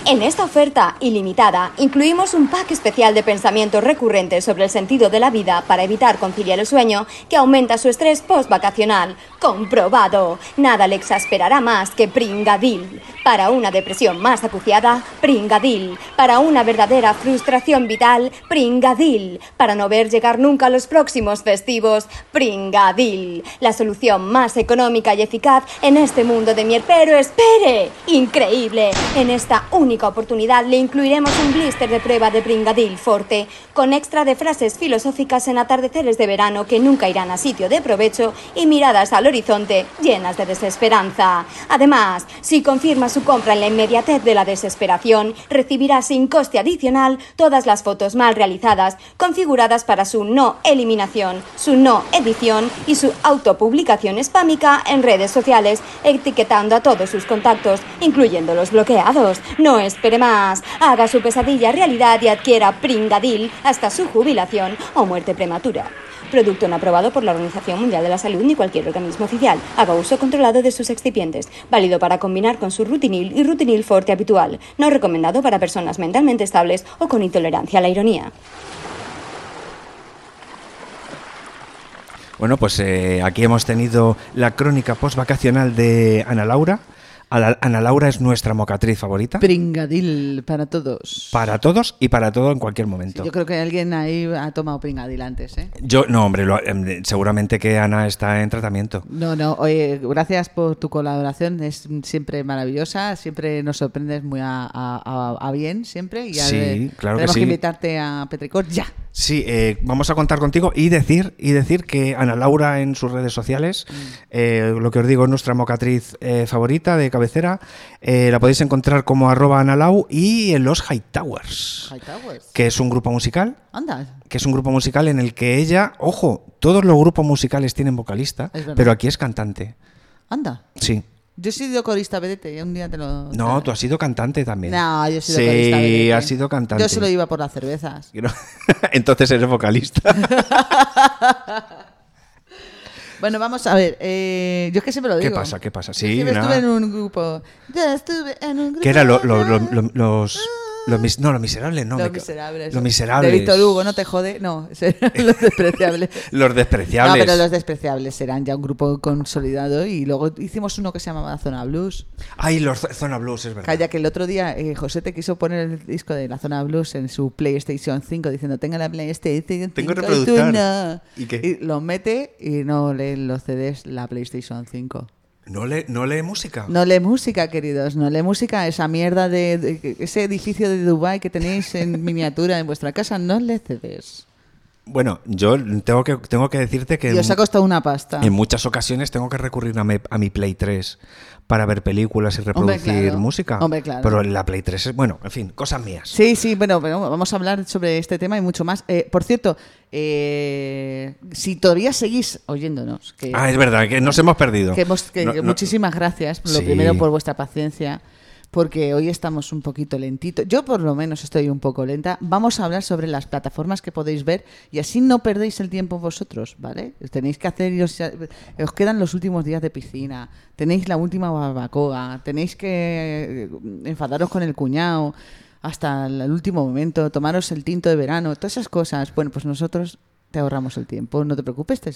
S9: En esta oferta ilimitada incluimos un pack especial de pensamientos recurrentes sobre el sentido de la vida para evitar conciliar el sueño que aumenta su estrés postvacacional. Comprobado. Nada le exasperará más que Pringadil. Para una depresión más acuciada, Pringadil. Para una verdadera frustración vital, Pringadil. Para no ver llegar nunca los próximos festivos, Pringadil. La solución más económica y eficaz en este mundo de miel. Pero espere. Increíble. En esta única oportunidad le incluiremos un blister de prueba de Pringadil Forte, con extra de frases filosóficas en atardeceres de verano que nunca irán a sitio de provecho y miradas al horizonte llenas de desesperanza. Además, si confirma su compra en la inmediatez de la desesperación, recibirá sin coste adicional todas las fotos mal realizadas, configuradas para su no eliminación, su no edición y su autopublicación espámica en redes sociales, etiquetando a todos sus contactos, incluyendo los bloqueados. No espere más. Haga su pesadilla realidad y adquiera Pringadil hasta su jubilación o muerte prematura. Producto no aprobado por la Organización Mundial de la Salud ni cualquier organismo oficial. Haga uso controlado de sus excipientes. Válido para combinar con su rutinil y rutinil forte habitual. No recomendado para personas mentalmente estables o con intolerancia a la ironía.
S1: Bueno, pues eh, aquí hemos tenido la crónica postvacacional de Ana Laura. Ana Ana Laura es nuestra mocatriz favorita.
S7: Pringadil para todos.
S1: Para todos y para todo en cualquier momento.
S7: Yo creo que alguien ahí ha tomado Pringadil antes, ¿eh?
S1: Yo, no, hombre, lo- em, seguramente que Ana está en tratamiento.
S7: No, no, oye, gracias por tu colaboración, es siempre maravillosa, siempre nos sorprendes muy a, a- a- a bien, siempre. Y a-
S1: Sí, claro que
S7: tenemos
S1: sí.
S7: invitarte a Petricor ya.
S1: Sí, eh, vamos a contar contigo y decir, y decir que Ana Laura en sus redes sociales,
S7: Mm.
S1: eh, lo que os digo, es nuestra mocatriz eh, favorita de cabecera. eh, la podéis encontrar como arroba analau y en los Hightowers, que es un grupo musical,
S7: Anda,
S1: que es un grupo musical en el que ella, ojo, todos los grupos musicales tienen vocalista,
S7: Es verdad.
S1: pero aquí es cantante.
S7: anda.
S1: Sí.
S7: Yo he sido corista, vedete, un día te lo...
S1: No, tú has sido cantante también.
S7: No, yo he sido
S1: sí,
S7: corista. vedete.
S1: has sido cantante.
S7: Yo solo iba por las cervezas.
S1: Y no- [LAUGHS] Entonces eres
S7: [LAUGHS]
S1: vocalista.
S7: Bueno, vamos a ver. eh, yo es que siempre lo
S1: ¿Qué
S7: digo.
S1: pasa? ¿Qué pasa?
S7: Yo
S1: Sí,
S7: siempre
S1: nada.
S7: estuve en un grupo. Yo estuve en un grupo.
S1: Que era lo- lo- lo- lo- los, los mis- no, los miserables, no.
S7: Los
S1: me ca-
S7: miserables.
S1: Los miserables.
S7: De Víctor Hugo, no te jode. No, [LAUGHS]
S1: [LAUGHS]
S7: los despreciables.
S1: Los despreciables.
S7: No, pero los despreciables eran ya un grupo consolidado y luego hicimos uno que se llamaba Zona Blués.
S1: Ay, los zo- Zona Blues, es verdad.
S7: Calla, que el otro día eh, José te quiso poner el disco de la zona blues en su PlayStation 5 diciendo: Tengo la PlayStation 5.
S1: Tengo
S7: y tú
S1: reproductor".
S7: no".
S1: ¿Y qué?
S7: Y lo mete y no lee los CDs la PlayStation 5.
S1: No, le, no lee música.
S7: No lee música, queridos. No lee música. Esa mierda de, de- ese edificio de Dubai que tenéis en miniatura en vuestra casa. No le cedes.
S1: Bueno, yo tengo que, tengo que decirte que
S7: Y os ha
S1: en,
S7: costado una pasta.
S1: en muchas ocasiones tengo que recurrir a, me- a mi Play 3 para ver películas y
S7: Hombre,
S1: reproducir
S7: claro.
S1: música.
S7: Hombre, claro.
S1: Pero la Play 3 es, bueno, en fin, cosas mías.
S7: Sí, sí, bueno, pero vamos a hablar sobre este tema y mucho más. Eh, por cierto, eh, si todavía seguís oyéndonos, que,
S1: Ah, es verdad, que nos hemos perdido.
S7: que hemos- que-
S1: No-
S7: que
S1: no-
S7: muchísimas gracias, lo
S1: Sí.
S7: primero por vuestra paciencia, porque hoy estamos un poquito lentito. Yo por lo menos estoy un poco lenta. Vamos a hablar sobre las plataformas que podéis ver y así no perdéis el tiempo vosotros, ¿vale? Tenéis que hacer, os, os quedan los últimos días de piscina, tenéis la última barbacoa, tenéis que eh, enfadaros con el cuñado hasta el último momento, tomaros el tinto de verano, todas esas cosas. Bueno, pues nosotros te ahorramos el tiempo, no te preocupes. te-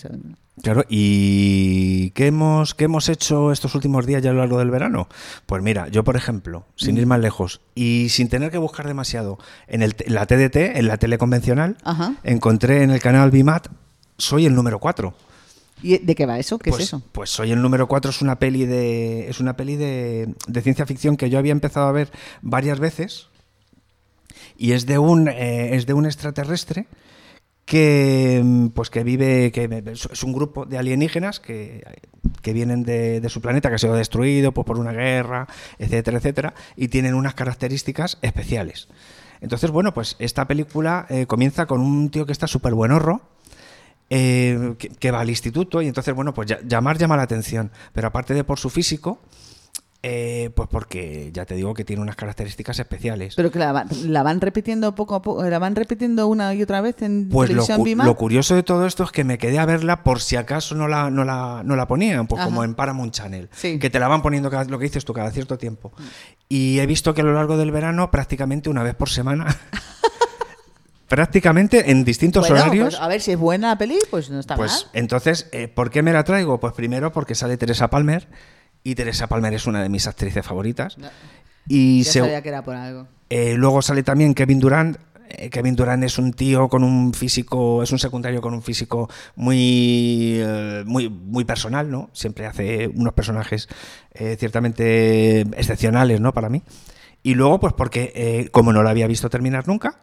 S1: Claro, ¿y qué hemos, qué hemos hecho estos últimos días ya a lo largo del verano? Pues mira, yo por ejemplo, sin ir más lejos y sin tener que buscar demasiado, en, el, en la TDT, en la tele convencional,
S7: Ajá.
S1: encontré en el canal Bimat, soy el número 4.
S7: ¿Y de qué va eso? ¿Qué
S1: pues,
S7: es eso?
S1: Pues soy el número 4, es una peli de. Es una peli de, de ciencia ficción que yo había empezado a ver varias veces. Y es de un. eh, es de un extraterrestre que mm, pues que vive que ve- es es un grupo de alienígenas que, que vienen de, de su planeta que ha sido destruido pues, por una guerra etcétera etcétera y tienen unas características especiales entonces bueno pues esta película eh, comienza con un tío que está súper buen horro eh, que, que va al instituto y entonces, bueno, pues ya- llamar llama la atención, pero aparte de por su físico, eh, pues porque ya te digo que tiene unas características especiales.
S7: Pero que la, va- la van repitiendo poco a poco, la van repitiendo una y otra vez en
S1: Pues lo,
S7: televisión
S1: cu-
S7: Vimeo.
S1: lo curioso de todo esto es que me quedé a verla por si acaso no la, no la, no la ponían, pues
S7: Ajá.
S1: como en Paramount Channel,
S7: Sí. Mm.
S1: que te la van poniendo cada- lo que dices tú cada cierto tiempo. Y he visto que a lo largo del verano, prácticamente una vez por semana, [LAUGHS] prácticamente en distintos
S7: Bueno,
S1: horarios.
S7: pues a ver si es buena la peli, pues no está
S1: Pues
S7: mal.
S1: entonces, eh, ¿por qué me la traigo? Pues primero porque sale Teresa Palmer y Teresa Palmer es una de mis actrices favoritas. Y
S7: ya
S1: se-
S7: sabía que era por algo.
S1: eh, luego sale también Kevin Durant. Eh, Kevin Durant es un tío con un físico, es un secundario con un físico muy, eh, muy, muy personal, ¿no? Siempre hace unos personajes eh, ciertamente excepcionales, ¿no? Para mí. Y luego, pues porque eh, como no lo había visto terminar nunca,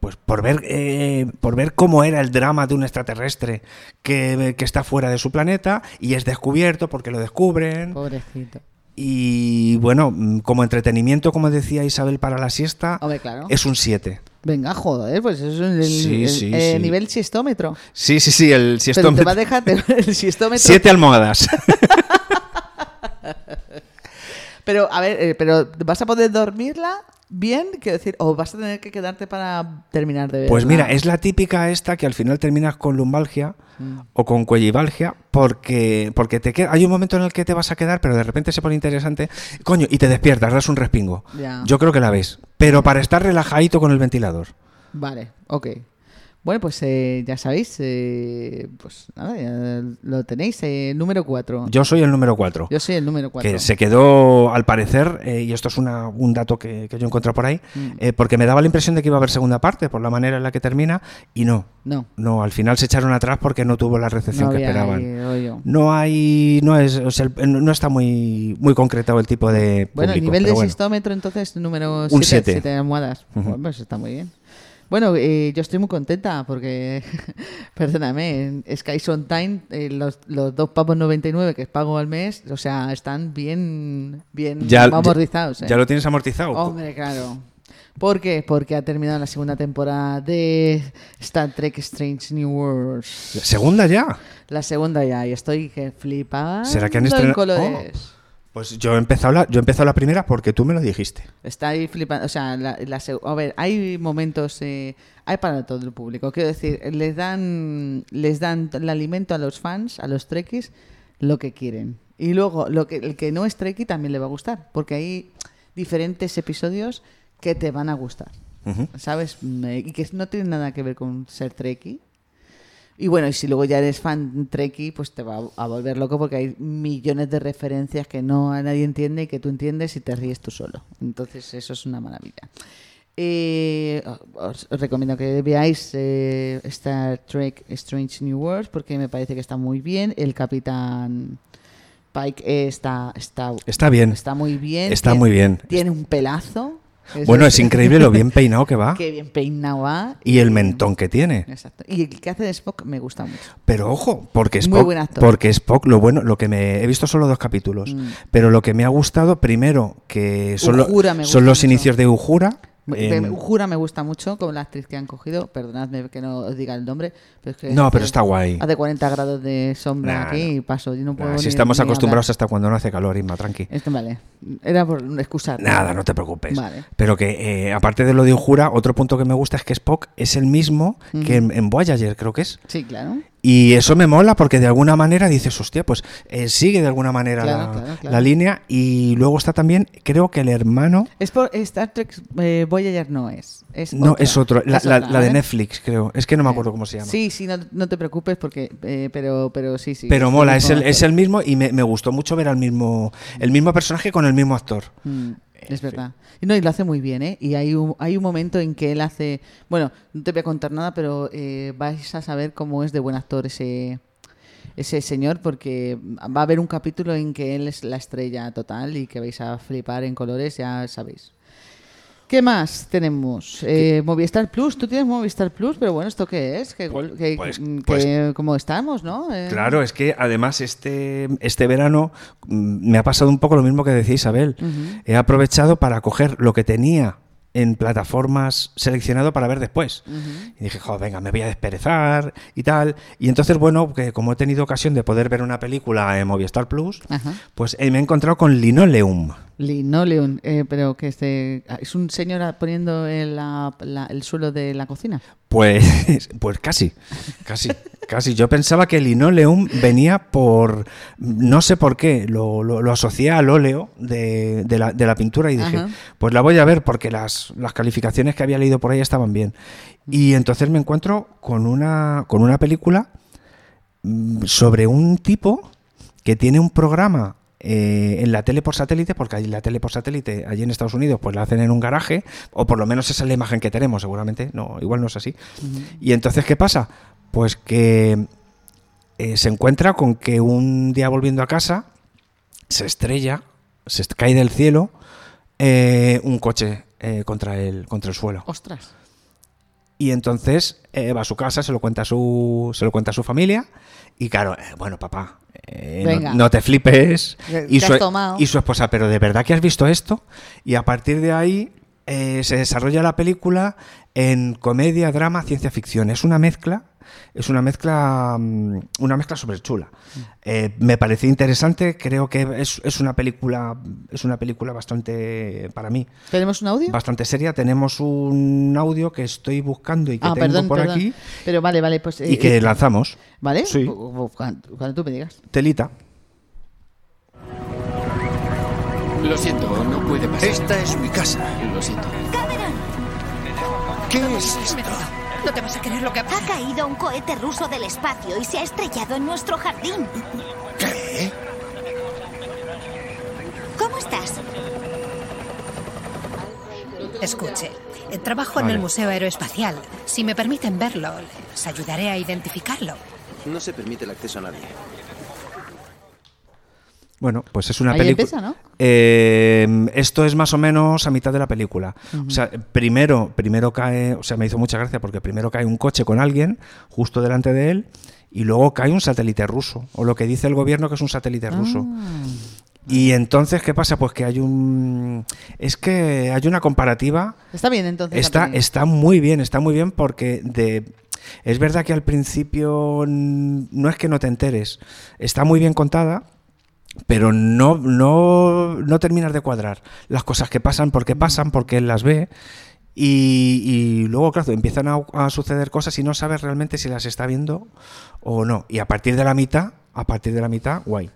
S1: pues por ver, eh, por ver cómo era el drama de un extraterrestre que, que está fuera de su planeta y es descubierto porque lo descubren.
S7: Pobrecito.
S1: Y bueno, mm, como entretenimiento, como decía Isabel, para la siesta,
S7: Hombre, claro.
S1: es un 7.
S7: Venga, joder, pues eso es el,
S1: Sí,
S7: el-
S1: sí,
S7: eh,
S1: sí.
S7: nivel siestómetro.
S1: Sí, sí, sí, el
S7: Pero te va
S1: siestómetro.
S7: a dejar el siestómetro.
S1: Siete almohadas.
S7: Pero, a ver, eh, pero ¿vas a poder dormirla bien? Quiero decir, o vas a tener que quedarte para terminar de
S1: [LAUGHS]
S7: verla.
S1: Pues mira, es la típica esta que al final terminas con lumbalgia
S7: Mm.
S1: o con cuellivalgia porque, porque te queda, hay un momento en el que te vas a quedar, pero de repente se pone interesante, coño, y te despiertas, das un respingo.
S7: Ya.
S1: Yo creo que la ves, pero para estar relajadito con el ventilador.
S7: Vale, ok. Bueno, pues eh, ya sabéis, eh, pues nada, ya lo tenéis, eh, número 4.
S1: Yo soy el número 4.
S7: soy el número 4.
S1: Que se quedó, al parecer, eh, y esto es una- un dato que, que yo encontré por ahí,
S7: Mm.
S1: eh, porque me daba la impresión de que iba a haber segunda parte por la manera en la que termina, y no.
S7: No,
S1: No, al final se echaron atrás porque no tuvo la recepción
S7: No
S1: que
S7: había
S1: esperaban.
S7: ahí rollo.
S1: No hay, no es, o sea, el- no está muy, muy concretado el tipo de público.
S7: Bueno, el nivel
S1: pero
S7: de
S1: bueno.
S7: sistómetro, entonces, número
S1: Un
S7: 7
S1: siete.
S7: almohadas.
S1: Ujú.
S7: Bueno, pues está muy bien. Bueno, eh, yo estoy muy contenta porque, [LAUGHS] perdóname, en Sky on Time, eh, los, los dos pavos 99 que pago al mes, o sea, están bien, bien amortizados.
S1: ya,
S7: ¿eh?
S1: ya lo tienes amortizado.
S7: Hombre, claro. ¿Por qué? Porque ha terminado la segunda temporada de Star Trek Strange New Worlds.
S1: Segunda ya.
S7: La segunda ya, y estoy que flipando
S1: ¿Será que han
S7: en
S1: estrenado-
S7: colores.
S1: Pues yo he empezado la, yo he empezado la primera porque tú me lo dijiste.
S7: Está ahí flipando. O sea, la, la seg- a ver, hay momentos. eh, hay para todo el público. Quiero decir, les dan, les dan el alimento a los fans, a los trekkies, lo que quieren. Y luego, lo que, el que no es trekkie también le va a gustar. Porque hay diferentes episodios que te van a gustar.
S1: Ujú.
S7: ¿Sabes? Mm, eh, Y que no tienen nada que ver con ser trekkie. Y bueno, y si luego ya eres fan Trekkie, pues te va a volver loco porque hay millones de referencias que no a nadie entiende y que tú entiendes y te ríes tú solo. Entonces, eso es una maravilla. Eh, os, os recomiendo que veáis eh, Star Trek Strange New Worlds porque me parece que está muy bien. El capitán Pike eh, está, está,
S1: Está bien.
S7: está muy bien.
S1: Está
S7: Tiene-
S1: muy bien.
S7: Tiene un pelazo. Eso
S1: Bueno, es increíble lo
S7: [LAUGHS]
S1: bien peinado que va
S7: Qué bien peinado va.
S1: Ah. y el mentón que tiene.
S7: Exacto. Y el que hace de Spock me gusta mucho.
S1: Pero ojo, porque
S7: Muy
S1: Spock,
S7: buen actor. Mm.
S1: porque Spock, lo bueno, lo que me he visto solo dos capítulos, pero lo que me ha gustado primero que son, lo-
S7: Uhura me gusta
S1: son los
S7: mucho.
S1: inicios de Ujura.
S7: Me-
S1: Em.
S7: me- Jura me gusta mucho como la actriz que han cogido. Perdonadme que no os diga el nombre. Pero es que
S1: No,
S7: hace-
S1: pero está guay.
S7: Hace 40 grados de sombra
S1: Nah,
S7: aquí
S1: no.
S7: y paso. Yo no puedo
S1: si
S7: ni-
S1: estamos
S7: ni
S1: acostumbrados
S7: hablar. Eh,
S1: hasta cuando no hace calor, Isma, tranqui.
S7: Esto vale. Era por excusar.
S1: Nada, no te preocupes.
S7: Vale.
S1: Pero que eh, aparte de lo de Ujura, otro punto que me gusta es que Spock es el mismo que en, en Voyager, creo que es.
S7: Sí, claro.
S1: Y eso me mola porque de alguna manera dices, hostia, pues eh, sigue de alguna manera
S7: Claro,
S1: la,
S7: claro, claro.
S1: la línea. Y luego está también, creo que el hermano
S7: Es por Star Trek eh, Voyager no es. es
S1: No,
S7: otra.
S1: es otro. La, la-
S7: otra,
S1: la de
S7: ¿vale?
S1: Netflix, creo. Es que no me acuerdo cómo se llama.
S7: Sí, sí, no, no te preocupes porque... eh, pero, pero sí, sí.
S1: Pero
S7: es
S1: mola,
S7: el
S1: es
S7: mismo
S1: el, es
S7: actor.
S1: el mismo y me, me gustó mucho ver al mismo, el mismo personaje con el mismo actor.
S7: Mm, Es verdad. Y No, y lo hace muy bien, ¿eh? Y hay un, hay un momento en que él hace. Bueno, no te voy a contar nada, pero eh, vais a saber cómo es de buen actor ese, ese señor, porque va a haber un capítulo en que él es la estrella total y que vais a flipar en colores, ya sabéis. ¿Qué más tenemos? Eh, Movistar Plus, tú tienes Movistar Plus, pero bueno, ¿esto qué es? Que,
S1: Pues-
S7: que-
S1: pues-
S7: que-
S1: pues-
S7: como estamos, ¿no? Eh,
S1: Claro, es que además este, este verano mm, me ha pasado un poco lo mismo que decía Isabel. He aprovechado para coger lo que tenía en plataformas seleccionado para ver después. Y dije, joder, venga, me voy a desperezar y tal. Y entonces, bueno, que como he tenido ocasión de poder ver una película en Movistar Plus,
S7: Ajá.
S1: pues eh, me he encontrado con Linoleum.
S7: Linoleum, eh, pero que es de- es un señor poniendo el, la- la- el suelo de la cocina.
S1: Pues, [LAUGHS] pues casi, casi, casi. Yo pensaba que el linoleum venía por, no sé por qué, lo, lo- lo asocié al óleo de, de la, de la pintura y dije,
S7: Ajá.
S1: pues la voy a ver porque las, las calificaciones que había leído por ahí estaban bien. Y entonces me encuentro con una, con una película mm, sobre un tipo que tiene un programa eh, en la tele por satélite, porque ahí la tele por satélite allí en Estados Unidos pues la hacen en un garaje, o por lo menos esa es la imagen que tenemos seguramente, no, igual no es así. Y entonces, ¿qué pasa? Pues que eh, se encuentra con que un día volviendo a casa se estrella, se est- cae del cielo eh, un coche eh, contra, el, contra el suelo.
S7: Ostras.
S1: Y entonces eh, va a su casa, se lo cuenta a su, se lo cuenta a su familia. Y claro, eh, bueno, papá, eh, no-
S7: Venga.
S1: no, te flipes.
S7: Que-
S1: Y
S7: que
S1: su,
S7: has tomado.
S1: y su esposa, pero ¿de verdad que has visto esto? Y a partir de ahí eh, se desarrolla la película en comedia, drama, ciencia ficción. Es una mezcla. Es una mezcla, mm, una mezcla súper chula.
S7: Mm.
S1: me pareció interesante. Creo que es, es una película, es una película bastante para mí
S7: ¿Tenemos un audio?
S1: bastante seria. Tenemos un audio que estoy buscando y que
S7: ah,
S1: tengo
S7: perdón,
S1: por
S7: perdón.
S1: aquí
S7: Pero vale, vale, pues... eh,
S1: y que
S7: eh,
S1: lanzamos.
S7: ¿Vale?
S1: Sí.
S7: Cu- cu- Cuando, cuando tú me digas.
S1: Telita.
S10: Lo siento, no puede pasar.
S2: Esta es mi casa.
S10: Lo siento.
S2: ¿Qué es esto?
S11: No te vas a creer lo que ha
S9: Ha caído un cohete ruso del espacio y se ha estrellado en nuestro jardín.
S2: ¿Qué?
S9: ¿Cómo estás?
S11: Escuche, eh, trabajo en
S1: Vale.
S11: el Museo Aeroespacial. Si me permiten verlo, les ayudaré a identificarlo.
S10: No se permite el acceso a nadie.
S1: Bueno, pues es una
S7: Ahí
S1: película.
S7: empieza, ¿no?
S1: Eh, esto es más o menos a mitad de la película. O sea, primero, primero cae, o sea, me hizo mucha gracia porque primero cae un coche con alguien justo delante de él y luego cae un satélite ruso, o lo que dice el gobierno que es un
S7: Ah.
S1: satélite ruso. Y entonces, ¿qué pasa? Pues que hay un... Es que hay una comparativa
S7: Está bien, entonces. la
S1: Está,
S7: peli.
S1: está muy bien, está muy bien porque de, es verdad que al principio mm, no es que no te enteres, está muy bien contada, pero no, no, no terminas de cuadrar las cosas que pasan porque
S7: Mm.
S1: pasan, porque él las ve. Y, y luego, claro, empiezan a, a suceder cosas y no sabes realmente si las está viendo o no. Y a partir de la mitad, a partir de la mitad, guay.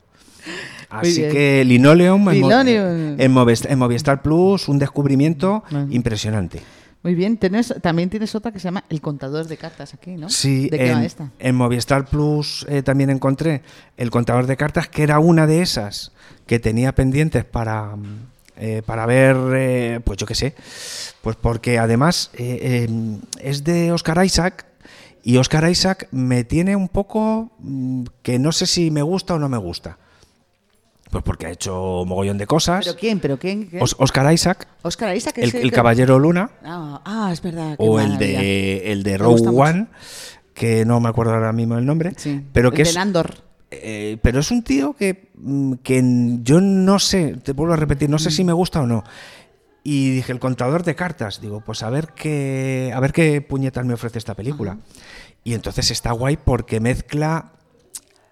S1: Así
S7: bien.
S1: que Linoleum, en Mo-
S7: Linoleum.
S1: en Movistar- en Movistar Plus, un descubrimiento
S7: Bueno.
S1: impresionante.
S7: Muy bien, tenés, también tienes otra que se llama El contador de cartas aquí, ¿no?
S1: Sí,
S7: ¿De qué
S1: en,
S7: va esta?
S1: en Movistar Plus eh, también encontré el contador de cartas, que era una de esas que tenía pendientes para, mm, eh, para ver, eh, pues yo qué sé, pues porque además eh, eh, es de Oscar Isaac y Oscar Isaac me tiene un poco mm, que no sé si me gusta o no me gusta. Pues porque ha hecho mogollón de cosas.
S7: ¿Pero quién? ¿Pero quién? quién?
S1: Os- Oscar Isaac,
S7: Oscar Isaac
S1: el,
S7: es
S1: el caballero Luna
S7: Ah, ah, es verdad. qué
S1: o el
S7: maravilla.
S1: de el de
S7: Me
S1: Rogue
S7: gusta mucho.
S1: One que no me acuerdo ahora mismo el nombre
S7: Sí.
S1: pero
S7: El
S1: que
S7: de
S1: es
S7: Nandor. [LAUGHS]
S1: eh, pero es un tío que mm, que n- yo no sé te vuelvo a repetir no sé si me gusta o no y dije el contador de cartas digo pues a ver qué a ver qué puñetas me ofrece esta película y entonces está guay porque mezcla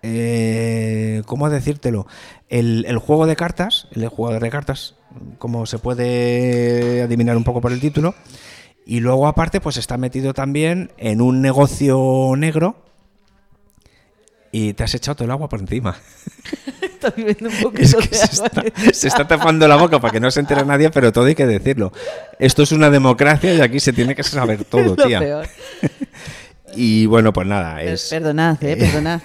S1: eh, ¿Cómo decírtelo? El, el juego de cartas, el jugador de cartas, como se puede adivinar un poco por el título. Y luego, aparte, pues está metido también en un negocio negro. Y te has echado todo el agua por encima.
S7: Está viviendo un
S1: [LAUGHS]
S7: poquito
S1: Es que
S7: de
S1: se
S7: agua.
S1: está, se está tapando la boca para que no se entere nadie, pero todo hay que decirlo. Esto es una democracia y aquí se tiene que
S7: [LAUGHS]
S1: saber todo,
S7: Lo
S1: tía.
S7: peor.
S1: Y bueno, pues nada, es.
S7: Perdonad, eh,
S1: eh, [LAUGHS]
S7: perdonad.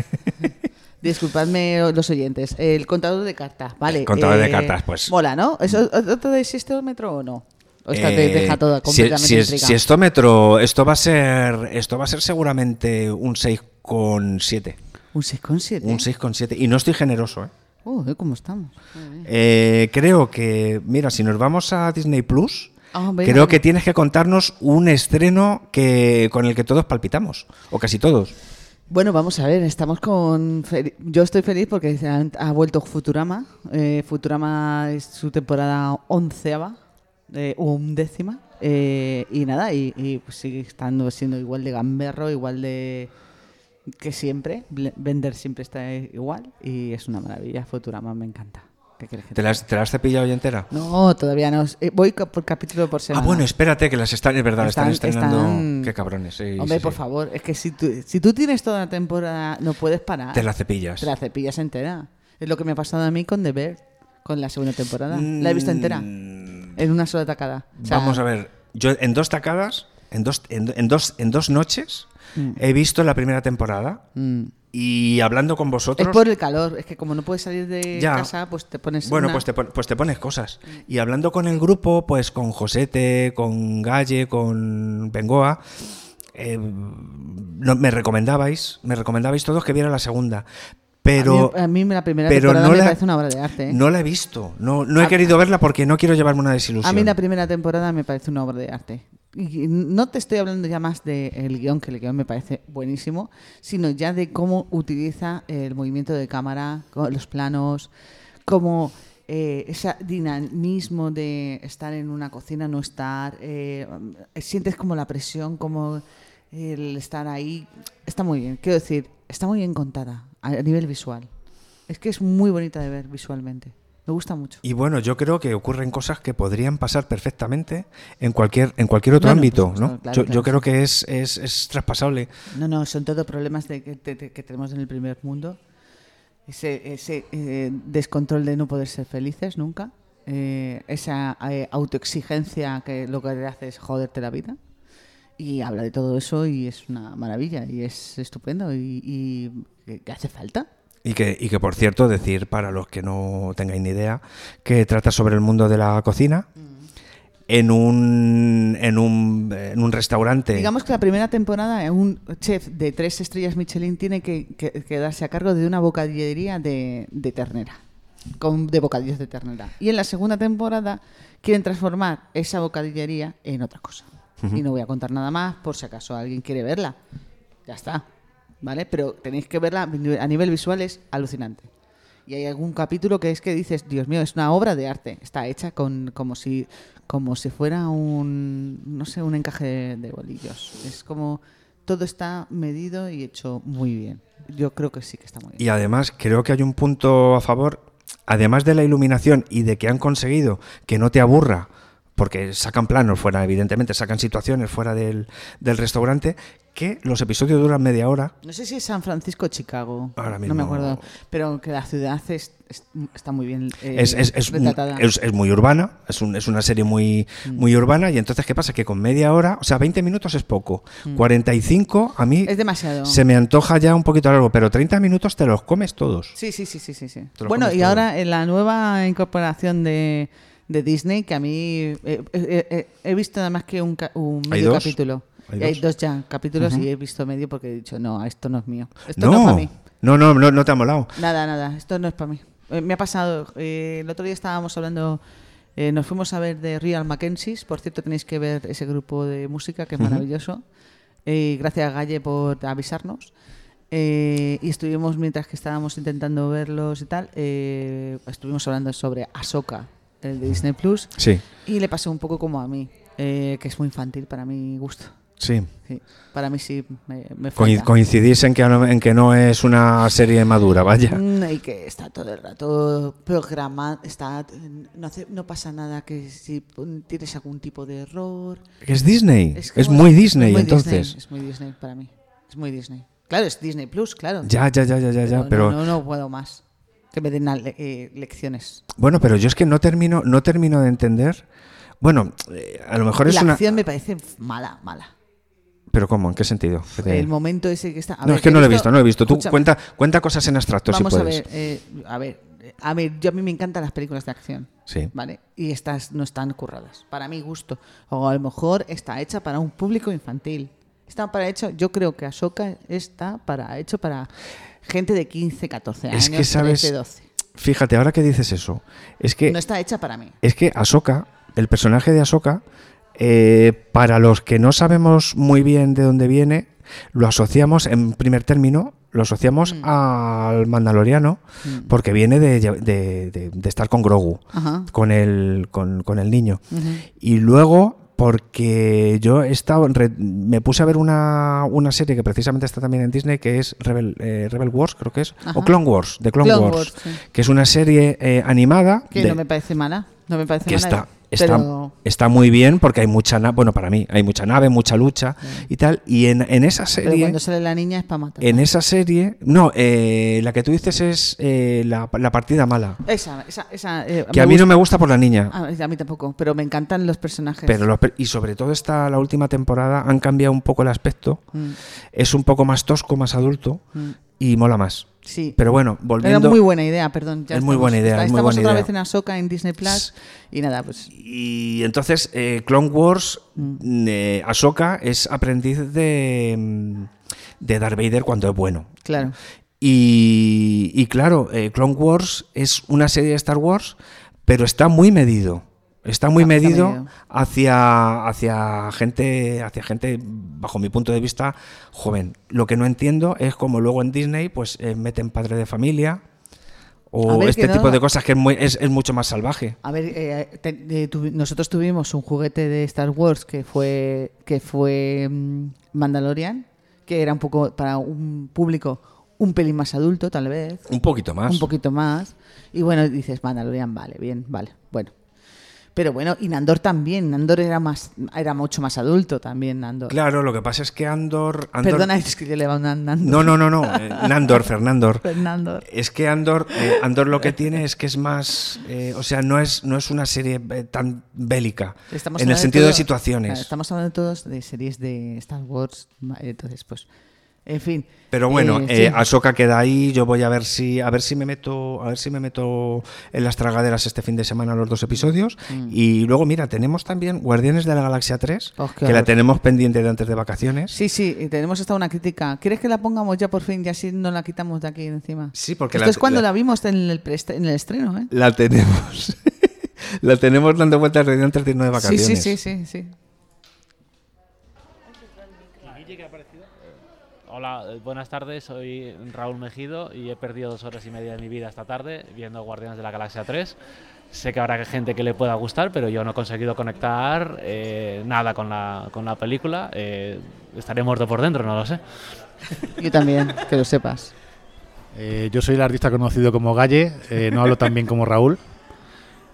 S7: Disculpadme los oyentes. El contador de cartas, vale.
S1: El contador de
S7: eh,
S1: cartas, pues.
S7: Mola, ¿no? ¿Es o- otro de metro o no? O esta te
S1: Eh,
S7: deja toda
S1: si-
S7: completamente
S1: si, es-
S7: intrigada.
S1: si esto metro, esto va a ser, esto va a ser seguramente un 6,7.
S7: Un 6,7.
S1: Un 6,7. Y no estoy generoso, ¿eh?
S7: Uy, ¿cómo estamos? Muy bien.
S1: Eh, creo que, mira, si nos vamos a Disney Plus,
S7: Ah, venga,
S1: creo
S7: venga.
S1: que tienes que contarnos un estreno que con el que todos palpitamos, o casi todos.
S7: Bueno, vamos a ver, estamos con... fel- Yo estoy feliz porque se han- ha vuelto Futurama. Eh, Futurama es su temporada onceava, eh, o undécima. Eh, y nada, y, y, pues sigue estando siendo igual de gamberro, igual de que siempre. Bl- Bender siempre está igual y es una maravilla. Futurama me encanta. ¿Qué quieres que
S1: ¿Te la has, te la has cepillado ya entera?
S7: No, todavía no. Eh, Voy ca- por capítulo por
S1: Ah,
S7: semana.
S1: bueno, espérate, que las están, es verdad, están,
S7: Están-
S1: estrenando.
S7: están-
S1: Qué cabrones. sí,
S7: Hombre,
S1: sí,
S7: por
S1: sí.
S7: favor, es que si tú, si tú tienes toda la temporada, no puedes parar.
S1: Te la cepillas.
S7: Te la cepillas entera. Es lo que me ha pasado a mí con The Bear, con la segunda temporada. La he visto entera. En una sola tacada. O sea,
S1: Mm. Vamos a ver, yo en dos tacadas, en dos, en, do- en dos, en dos noches,
S7: Mm.
S1: he visto la primera temporada
S7: Mm.
S1: y hablando con vosotros.
S7: Es por el calor, es que como no puedes salir de
S1: Ya.
S7: casa, pues te pones.
S1: Bueno,
S7: una-
S1: pues, te, pon- pues te pones cosas. Y hablando con el grupo, pues con Josete, con Galle, con Bengoa, eh, no- me recomendabais, me recomendabais todos que viera la segunda. Pero,
S7: a, mí, a mí la primera
S1: pero
S7: temporada
S1: no
S7: me
S1: la-
S7: parece una obra de arte. ¿eh?
S1: no la he visto, no, no he
S7: A-
S1: querido verla porque no quiero llevarme una desilusión.
S7: a mí la primera temporada me parece una obra de arte. Y no te estoy hablando ya más del guión, que el guión me parece buenísimo, sino ya de cómo utiliza el movimiento de cámara, co- los planos, cómo eh, ese dinamismo de estar en una cocina, no estar, eh, sientes como la presión, como el estar ahí. Está muy bien, quiero decir, está muy bien contada a a nivel visual. Es que es muy bonita de ver visualmente. Me gusta mucho.
S1: Y bueno, yo creo que ocurren cosas que podrían pasar perfectamente en cualquier, en cualquier otro
S7: Bueno, por
S1: ámbito,
S7: supuesto,
S1: ¿no?
S7: claro,
S1: yo,
S7: claro.
S1: yo creo que es, es, es traspasable.
S7: No, no, son todos problemas de que, te- te- que tenemos en el primer mundo. Ese, ese, eh, descontrol de no poder ser felices nunca. Eh, esa eh, autoexigencia que lo que te hace es joderte la vida. Y habla de todo eso y es una maravilla y es estupendo y, y que- que hace falta.
S1: Y que, y que, por cierto, decir para los que no tengáis ni idea, que trata sobre el mundo de la cocina
S7: Mm.
S1: en un, en un, en un restaurante.
S7: Digamos que la primera temporada eh, un chef de tres estrellas Michelin tiene que, que- quedarse a cargo de una bocadillería de, de ternera, con, de bocadillos de ternera. Y en la segunda temporada quieren transformar esa bocadillería en otra cosa.
S1: Ujú.
S7: Y no voy a contar nada más por si acaso alguien quiere verla. Ya está, ¿vale? Pero tenéis que verla a nivel visual, es alucinante. Y hay algún capítulo que es que dices, Dios mío, es una obra de arte. Está hecha con como si como si fuera un no sé, un encaje de bolillos. Es como todo está medido y hecho muy bien. Yo creo que sí que está muy bien.
S1: Y además, creo que hay un punto a favor, además de la iluminación y de que han conseguido que no te aburra, porque sacan planos fuera, evidentemente, sacan situaciones fuera del, del restaurante, que los episodios duran media hora.
S7: No sé si es San Francisco o Chicago.
S1: Ahora
S7: No me
S1: mismo-
S7: acuerdo. Pero que la ciudad es- es- está muy bien eh,
S1: Es, es- es un-
S7: retratada. Mm.
S1: es- es muy urbana, es, un- es una serie muy, muy urbana, y entonces, ¿qué pasa? Que con media hora, o sea, 20 minutos es poco, 45 a mí
S7: Mm. Es demasiado.
S1: se me antoja ya un poquito largo, pero 30 minutos te los comes todos.
S7: Sí, sí, sí, sí, sí. sí.
S1: Te lo
S7: Bueno,
S1: comes
S7: y
S1: todo.
S7: ahora en la nueva incorporación de, de Disney, que a mí eh, eh, eh, eh, he visto nada más que un, ca- un
S1: Hay
S7: medio
S1: dos.
S7: capítulo.
S1: Hay
S7: Y Hay
S1: dos.
S7: dos ya capítulos
S1: Ujú.
S7: y he visto medio porque he dicho, no, esto no es mío. Esto no, es para
S1: No,
S7: mí.
S1: no, no, no, no te ha molado.
S7: Nada, nada, esto no es para mí. Eh, me ha pasado, eh, el otro día estábamos hablando, eh, nos fuimos a ver de Real Mackenzie, por cierto tenéis que ver ese grupo de música que es
S1: Ujú.
S7: maravilloso. Eh, gracias Galle por avisarnos. Eh, y estuvimos, mientras que estábamos intentando verlos y tal, eh, estuvimos hablando sobre Ahsoka, el de Disney Plus.
S1: Sí.
S7: Y le pasó un poco como a mí, eh, que es muy infantil para mi gusto.
S1: Sí.
S7: Sí, para mí sí me, me
S1: Coin-
S7: falta.
S1: coincidís en que, no, en que no es una serie madura, vaya.
S7: Mm, Y que está todo el rato programado, está, mm, no, hace- no pasa nada que si pon- tienes algún tipo de error.
S1: Es Disney, es
S7: como-
S1: muy Disney,
S7: muy
S1: entonces.
S7: es muy Disney para mí, es muy Disney. Claro, es Disney Plus, claro.
S1: Ya, ya, ya, ya, ya, ya,
S7: no,
S1: pero-
S7: No, no puedo más, que me den ale- eh, lecciones.
S1: Bueno, pero yo es que no termino, no termino de entender. Bueno, eh, a lo mejor
S7: Y
S1: es
S7: la
S1: una.
S7: acción me parece mala, mala.
S1: Pero ¿cómo? ¿En qué sentido? ¿Qué te-
S7: El momento ese que está... a
S1: no,
S7: ver,
S1: es que no lo he visto, no lo he visto. Tú
S7: Escúchame.
S1: cuenta, cuenta cosas en abstracto
S7: Vamos
S1: si
S7: a
S1: puedes.
S7: ver, eh, a ver, eh, a ver, yo a mí me encantan las películas de acción.
S1: Sí.
S7: ¿Vale? Y estas no están curradas, para mi gusto. O a lo mejor está hecha para un público infantil. Está para hecho, yo creo que Ahsoka está para hecho para gente de 15, 14 años,
S1: es que sabes.
S7: 13, 12.
S1: Fíjate, ahora que dices eso, es que
S7: No está hecha para mí.
S1: Es que Ahsoka, el personaje de Ahsoka, eh, para los que no sabemos muy bien de dónde viene, lo asociamos, en primer término, lo asociamos
S7: Mm.
S1: al Mandaloriano, porque viene de, lle- de- de- de estar con Grogu,
S7: Ajá.
S1: con el, con, con el niño.
S7: Ujú.
S1: Y luego porque yo he estado en re- me puse a ver una, una serie que precisamente está también en Disney que es Rebel, eh, Rebel Wars creo que es
S7: Ajá.
S1: o Clone Wars de Clone,
S7: Clone
S1: Wars,
S7: Wars, sí.
S1: que es una serie eh, animada
S7: Que
S1: de-
S7: no me parece mala. No me parece
S1: que
S7: mala. eh,
S1: está, está,
S7: pero-
S1: está muy bien porque hay mucha nave, bueno, para mí, hay mucha nave, mucha lucha y tal. Y en, en esa
S7: Mm. pero
S1: serie,
S7: cuando sale la niña es para matar.
S1: en esa serie, no, eh, la que tú dices es eh, la, la partida mala.
S7: Esa, esa, esa. eh,
S1: Que a mí no me gusta por la niña.
S7: Ah, a mí tampoco, pero me encantan los personajes.
S1: Pero los per- y sobre todo esta la última temporada han cambiado un poco el aspecto.
S7: Mm.
S1: Es un poco más tosco, más adulto
S7: Mm.
S1: y mola más.
S7: Sí.
S1: Pero bueno, volviendo.
S7: Era muy buena idea, perdón. ya
S1: es muy
S7: estamos-
S1: buena idea.
S7: está-
S1: es muy
S7: Estamos
S1: buena
S7: otra
S1: idea.
S7: vez en Ahsoka, en Disney Plus. Y nada, pues.
S1: Y entonces eh, Clone Wars,
S7: Mm.
S1: eh, Ahsoka es aprendiz de, mm, de Darth Vader cuando es bueno.
S7: Claro.
S1: Y, y claro, eh, Clone Wars es una serie de Star Wars, pero está muy medido. Está muy medido,
S7: Ah, medido.
S1: hacia, hacia gente, hacia gente, bajo mi punto de vista, joven. Lo que no entiendo es como luego en Disney, pues eh, meten padre de familia.
S7: A
S1: O
S7: ver,
S1: este
S7: que no-
S1: tipo de cosas que es, muy- es- es mucho más salvaje.
S7: A ver, eh, te- eh, tuvi- nosotros tuvimos un juguete de Star Wars que fue, que fue mm, Mandalorian, que era un poco para un público un pelín más adulto, tal vez.
S1: Un poquito más.
S7: Un poquito más. Y bueno, dices, Mandalorian, vale, bien, vale, bueno. Pero bueno, y Nandor también. Nandor era más era mucho más adulto también, Nandor.
S1: Claro, lo que pasa es que Andor. Andor-
S7: Perdona, [LAUGHS] es que yo le va un Nandor.
S1: No, no, no, no. eh, Nandor, Fernandor.
S7: [LAUGHS] Fernando.
S1: Es que Andor, eh, Andor lo que tiene es que es más, eh, o sea, no es, no es una serie eh, tan bélica
S7: Estamos
S1: en
S7: hablando
S1: el sentido de,
S7: todo- claro,
S1: situaciones.
S7: estamos hablando todos de series de Star Wars, ma- entonces pues, en fin.
S1: Pero bueno,
S7: Eh,
S1: eh,
S7: sí.
S1: Ahsoka queda ahí. Yo voy a ver si, a ver si me meto, a ver si me meto en las tragaderas este fin de semana los dos episodios.
S7: Mm.
S1: Y luego, mira, tenemos también Guardianes de la Galaxia 3,
S7: Oh, qué
S1: que la
S7: horror.
S1: tenemos pendiente de antes de vacaciones.
S7: Sí, sí, y tenemos hasta una crítica. ¿Quieres que la pongamos ya por fin y así no la quitamos de aquí encima?
S1: Sí, porque
S7: Esto
S1: la-
S7: es cuando
S1: la-
S7: la, vimos en el, preest- en el estreno, ¿eh?
S1: La tenemos. [LAUGHS] la tenemos dando vueltas desde antes de irnos de
S7: Sí,
S1: vacaciones.
S7: sí, sí, sí, sí.
S12: Hola, eh, buenas tardes. Soy Raúl Mejido y he perdido dos horas y media de mi vida esta tarde viendo Guardianes de la Galaxia 3. Sé que habrá gente que le pueda gustar, pero yo no he conseguido conectar eh, nada con la, con la película. Eh, estaré muerto por dentro, no lo sé.
S7: [LAUGHS] Yo también, que lo sepas.
S13: Eh, yo soy el artista conocido como Galle, eh, no hablo tan bien como Raúl.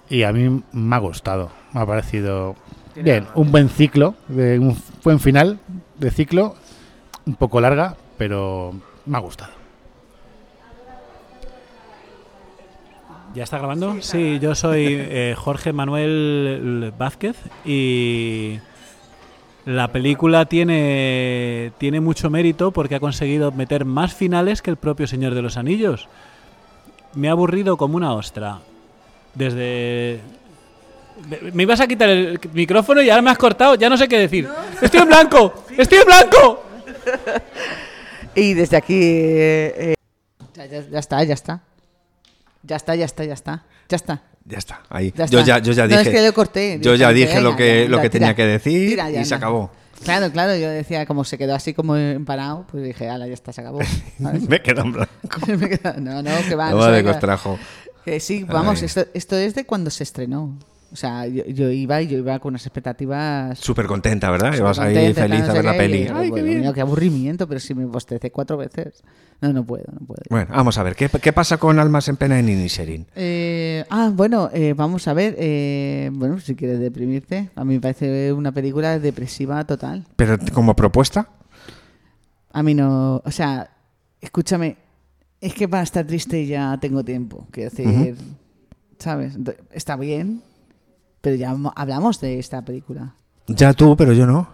S13: Y a mí me ha gustado, me ha parecido bien, un buen ciclo, de un buen final de ciclo, un poco larga, pero me ha gustado.
S14: ¿Ya está grabando? Sí, yo soy eh, Jorge Manuel Vázquez y la película tiene, tiene mucho mérito porque ha conseguido meter más finales que el propio Señor de los Anillos. Me ha aburrido como una ostra. Desde... me- Me ibas a quitar el micrófono y ahora me has cortado, ya no sé qué decir. ¡Estoy en blanco! ¡Estoy en blanco!
S7: Y desde aquí... eh, eh, ya, ya- ya está, ya está. Ya está, ya está, ya está. Ya está.
S1: Ya está, ahí.
S7: Ya
S1: yo,
S7: está.
S1: Ya, yo ya
S7: No,
S1: dije.
S7: es que lo corté,
S1: Yo ya
S7: directamente,
S1: dije lo
S7: venga,
S1: que,
S7: ya,
S1: lo
S7: anda,
S1: que tenía
S7: tira.
S1: que decir
S7: Tira,
S1: y
S7: ya,
S1: se
S7: anda.
S1: acabó.
S7: Claro, claro, yo decía, como se quedó así como parado, pues dije, ala, ya está, se acabó.
S1: [LAUGHS]
S7: ¿sabes?
S1: Me quedo en blanco.
S7: [LAUGHS] Me queda- no, no, que va.
S1: No
S7: no
S1: va
S7: se va
S1: de
S7: a quedar.
S1: costrajo.
S7: Que sí, vamos,
S1: Ay.
S7: esto, esto es de cuando se estrenó. O sea, yo, yo iba y yo iba con unas expectativas.
S1: Súper contenta, ¿verdad?
S7: súper
S1: Ibas ahí
S7: contenta,
S1: feliz a
S7: tal, no
S1: ver la
S7: sé qué,
S1: peli.
S7: y yo,
S1: Ay, qué
S7: bueno,
S1: bien.
S7: mira, qué aburrimiento, pero si me bostecé cuatro veces. No, no puedo, no puedo.
S1: Bueno, vamos a ver, ¿qué, qué pasa con Almas en Pena en Inisherin?
S7: Eh, ah, bueno, eh, vamos a ver. eh, bueno, si quieres deprimirte, a mí me parece una película depresiva total.
S1: Pero como propuesta,
S7: A mí no. O sea, escúchame. Es que para estar triste ya tengo tiempo. Quiero decir, ¿sabes? Ent- Está bien, pero ya mo- hablamos de esta película.
S1: ya tú, pero yo no.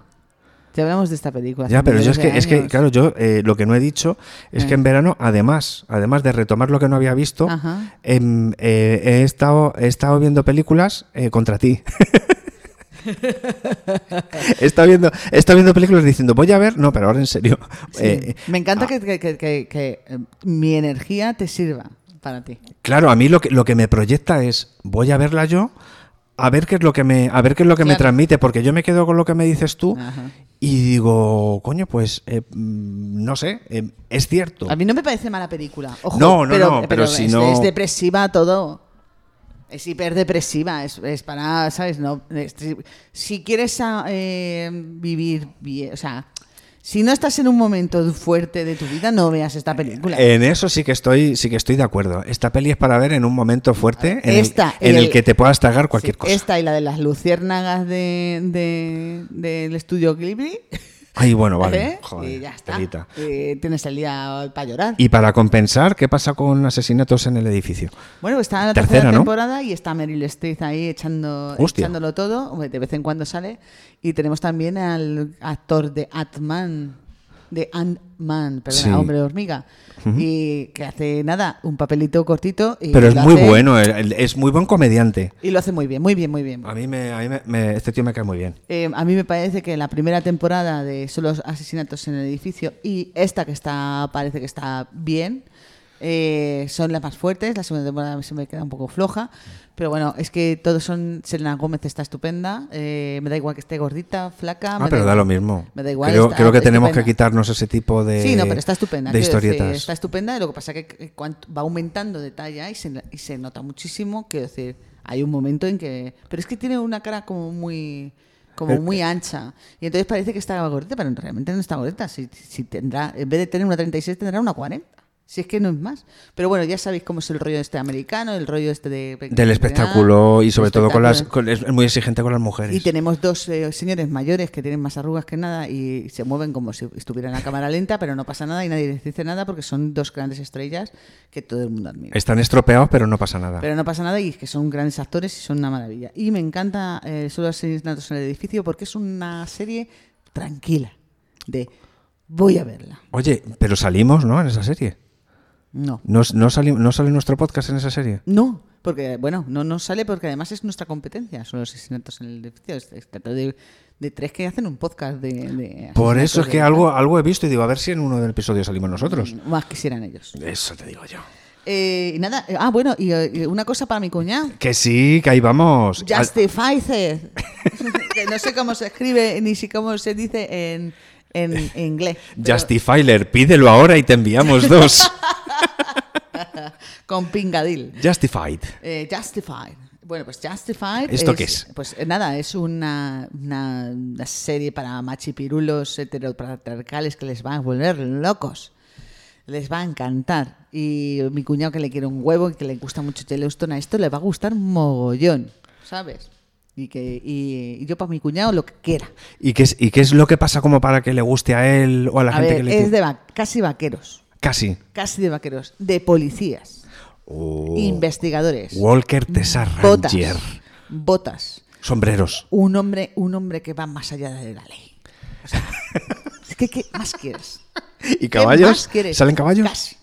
S7: Ya hablamos de esta película.
S1: Ya,
S7: hace
S1: pero yo es
S7: millones
S1: que,
S7: de
S1: es que
S7: años.
S1: claro, yo eh, lo que no he dicho es que
S7: Eh.
S1: en verano, además, además de retomar lo que no había visto,
S7: Ajá.
S1: em, eh, he, estado, he estado viendo películas eh, contra ti. [LAUGHS] he, estado viendo, he estado viendo películas diciendo, voy a ver, no, pero ahora en serio.
S7: Sí.
S1: Eh,
S7: Me encanta que, que- que- que- que, eh, mi energía te sirva para ti.
S1: Claro, a mí lo que, lo que me proyecta es voy a verla yo, a ver qué es lo que me, a ver qué es lo que me
S7: Claro.
S1: transmite, porque yo me quedo con lo que me dices tú
S7: Ajá.
S1: y digo, coño, pues eh, mm, no sé, eh, es cierto.
S7: A mí no me parece mala película. Ojo,
S1: No, no,
S7: pero,
S1: no, pero si
S7: es,
S1: no-
S7: es depresiva todo. Es hiperdepresiva, es, es para, ¿sabes? No, es- si- si quieres ah, eh, vivir bien, o sea, si no estás en un momento fuerte de tu vida, no veas esta película.
S1: En eso sí que estoy, sí que estoy de acuerdo. Esta peli es para ver en un momento fuerte en, el-
S7: Esta y
S1: en el,
S7: el-
S1: que te puedas tragar cualquier
S7: Sí,
S1: cosa.
S7: Esta y la de las luciérnagas de, de- del estudio Ghibli.
S1: Ay, bueno, Ah, vale.
S7: [LAUGHS] ¿eh?
S1: Joder,
S7: y ya está.
S1: telita.
S7: Eh, tienes el día para llorar.
S1: Y para compensar, ¿qué pasa con asesinatos en el edificio?
S7: Bueno, está en la
S1: Tercera,
S7: tercera,
S1: ¿no?
S7: temporada y está Meryl Streep ahí echando,
S1: Hostia.
S7: echándolo todo. Hombre, De vez en cuando sale. Y tenemos también al actor de Ant-Man. De Ant-Man, perdón,
S1: Sí.
S7: hombre hormiga.
S1: Ujú.
S7: Y que hace nada, un papelito cortito. Y
S1: Pero es
S7: lo
S1: muy
S7: hace-
S1: bueno, el- el- es muy buen comediante.
S7: Y lo hace muy bien, muy bien, muy bien.
S1: A mí, me, a mí me- me- este tío me cae muy bien.
S7: Eh, a mí me parece que la primera temporada de solo asesinatos en el edificio y esta que está parece que está bien eh, son las más fuertes. La segunda temporada se me queda un poco floja, pero bueno, es que todos son. Selena Gómez está estupenda. eh, me da igual que esté gordita, flaca.
S1: Ah,
S7: me
S1: pero da
S7: igual-
S1: lo mismo.
S7: Me da igual.
S1: creo,
S7: está
S1: creo que tenemos que
S7: estupenda.
S1: quitarnos ese tipo de,
S7: Sí, no, pero está estupenda.
S1: de
S7: quiero decir,
S1: historietas.
S7: está estupenda y lo que pasa es que cuanto- va aumentando de talla y se, y se nota muchísimo. Quiero decir, hay un momento en que... Pero es que tiene una cara como muy como
S1: El-
S7: muy ancha. Y entonces parece que está gordita, pero realmente no está gordita. Si, si tendrá, en vez de tener una 36, tendrá una 40. Si es que no es más. Pero bueno, ya sabéis cómo es el rollo este americano, el rollo este de...
S1: Del espectáculo y sobre
S7: del
S1: todo con las.
S7: espectáculo.
S1: con- es muy exigente con las mujeres.
S7: Y tenemos dos eh, señores mayores que tienen más arrugas que nada y se mueven como si estuvieran a cámara lenta, pero no pasa nada y nadie les dice nada porque son dos grandes estrellas que todo el mundo admira.
S1: Están estropeados, pero no pasa nada.
S7: Pero no pasa nada y es que son grandes actores y son una maravilla. Y me encanta eh, Solo asesinatos en el edificio porque es una serie tranquila de voy a verla.
S1: Oye, pero salimos, ¿no? En esa serie.
S7: No.
S1: No, no sali- no sale nuestro podcast en esa serie.
S7: No, porque bueno, no nos sale porque además es nuestra competencia, son los asesinatos en el edificio. Es- es que de, de tres que hacen un podcast de... de
S1: Por
S7: asesinatos
S1: eso es
S7: de-
S1: que algo, algo he visto y digo, a ver si en uno del episodio salimos nosotros.
S7: Más quisieran ellos.
S1: Eso te digo yo.
S7: Eh, y nada, eh, ah, bueno, y eh, una cosa para mi cuñado.
S1: Que sí, que ahí vamos. Al-
S7: Justified. [LAUGHS] que no sé cómo se escribe ni si cómo se dice en, en, en inglés. pero
S1: Justifiler, pídelo ahora y te
S7: [LAUGHS]
S1: enviamos dos.
S7: Con pingadil.
S1: Justified.
S7: Eh, justified. Bueno, pues Justified.
S1: ¿Esto qué es?
S7: Pues eh, nada, es una, una, una serie para machipirulos heteropatriarcales que les van a volver locos. Les va a encantar. Y mi cuñado que le quiere un huevo y que le gusta mucho Yellowstone, a esto le va a gustar mogollón, ¿sabes? Y, que, y, y yo para mi cuñado lo que quiera.
S1: ¿Y qué, es, ¿Y qué es lo que pasa como para que le guste a él o a la
S7: a
S1: gente
S7: ver,
S1: que le
S7: es de va- casi vaqueros,
S1: Casi.
S7: casi de vaqueros, de policías,
S1: Oh.
S7: investigadores,
S1: Walker Tessar
S7: botas,
S1: Ranger.
S7: botas,
S1: Sombreros.
S7: un hombre, un hombre que va más allá de la ley. O sea, [LAUGHS] es que, ¿qué más quieres?
S1: [LAUGHS] ¿Y
S7: ¿Qué más
S1: caballos?
S7: quieres?
S1: ¿Salen caballos?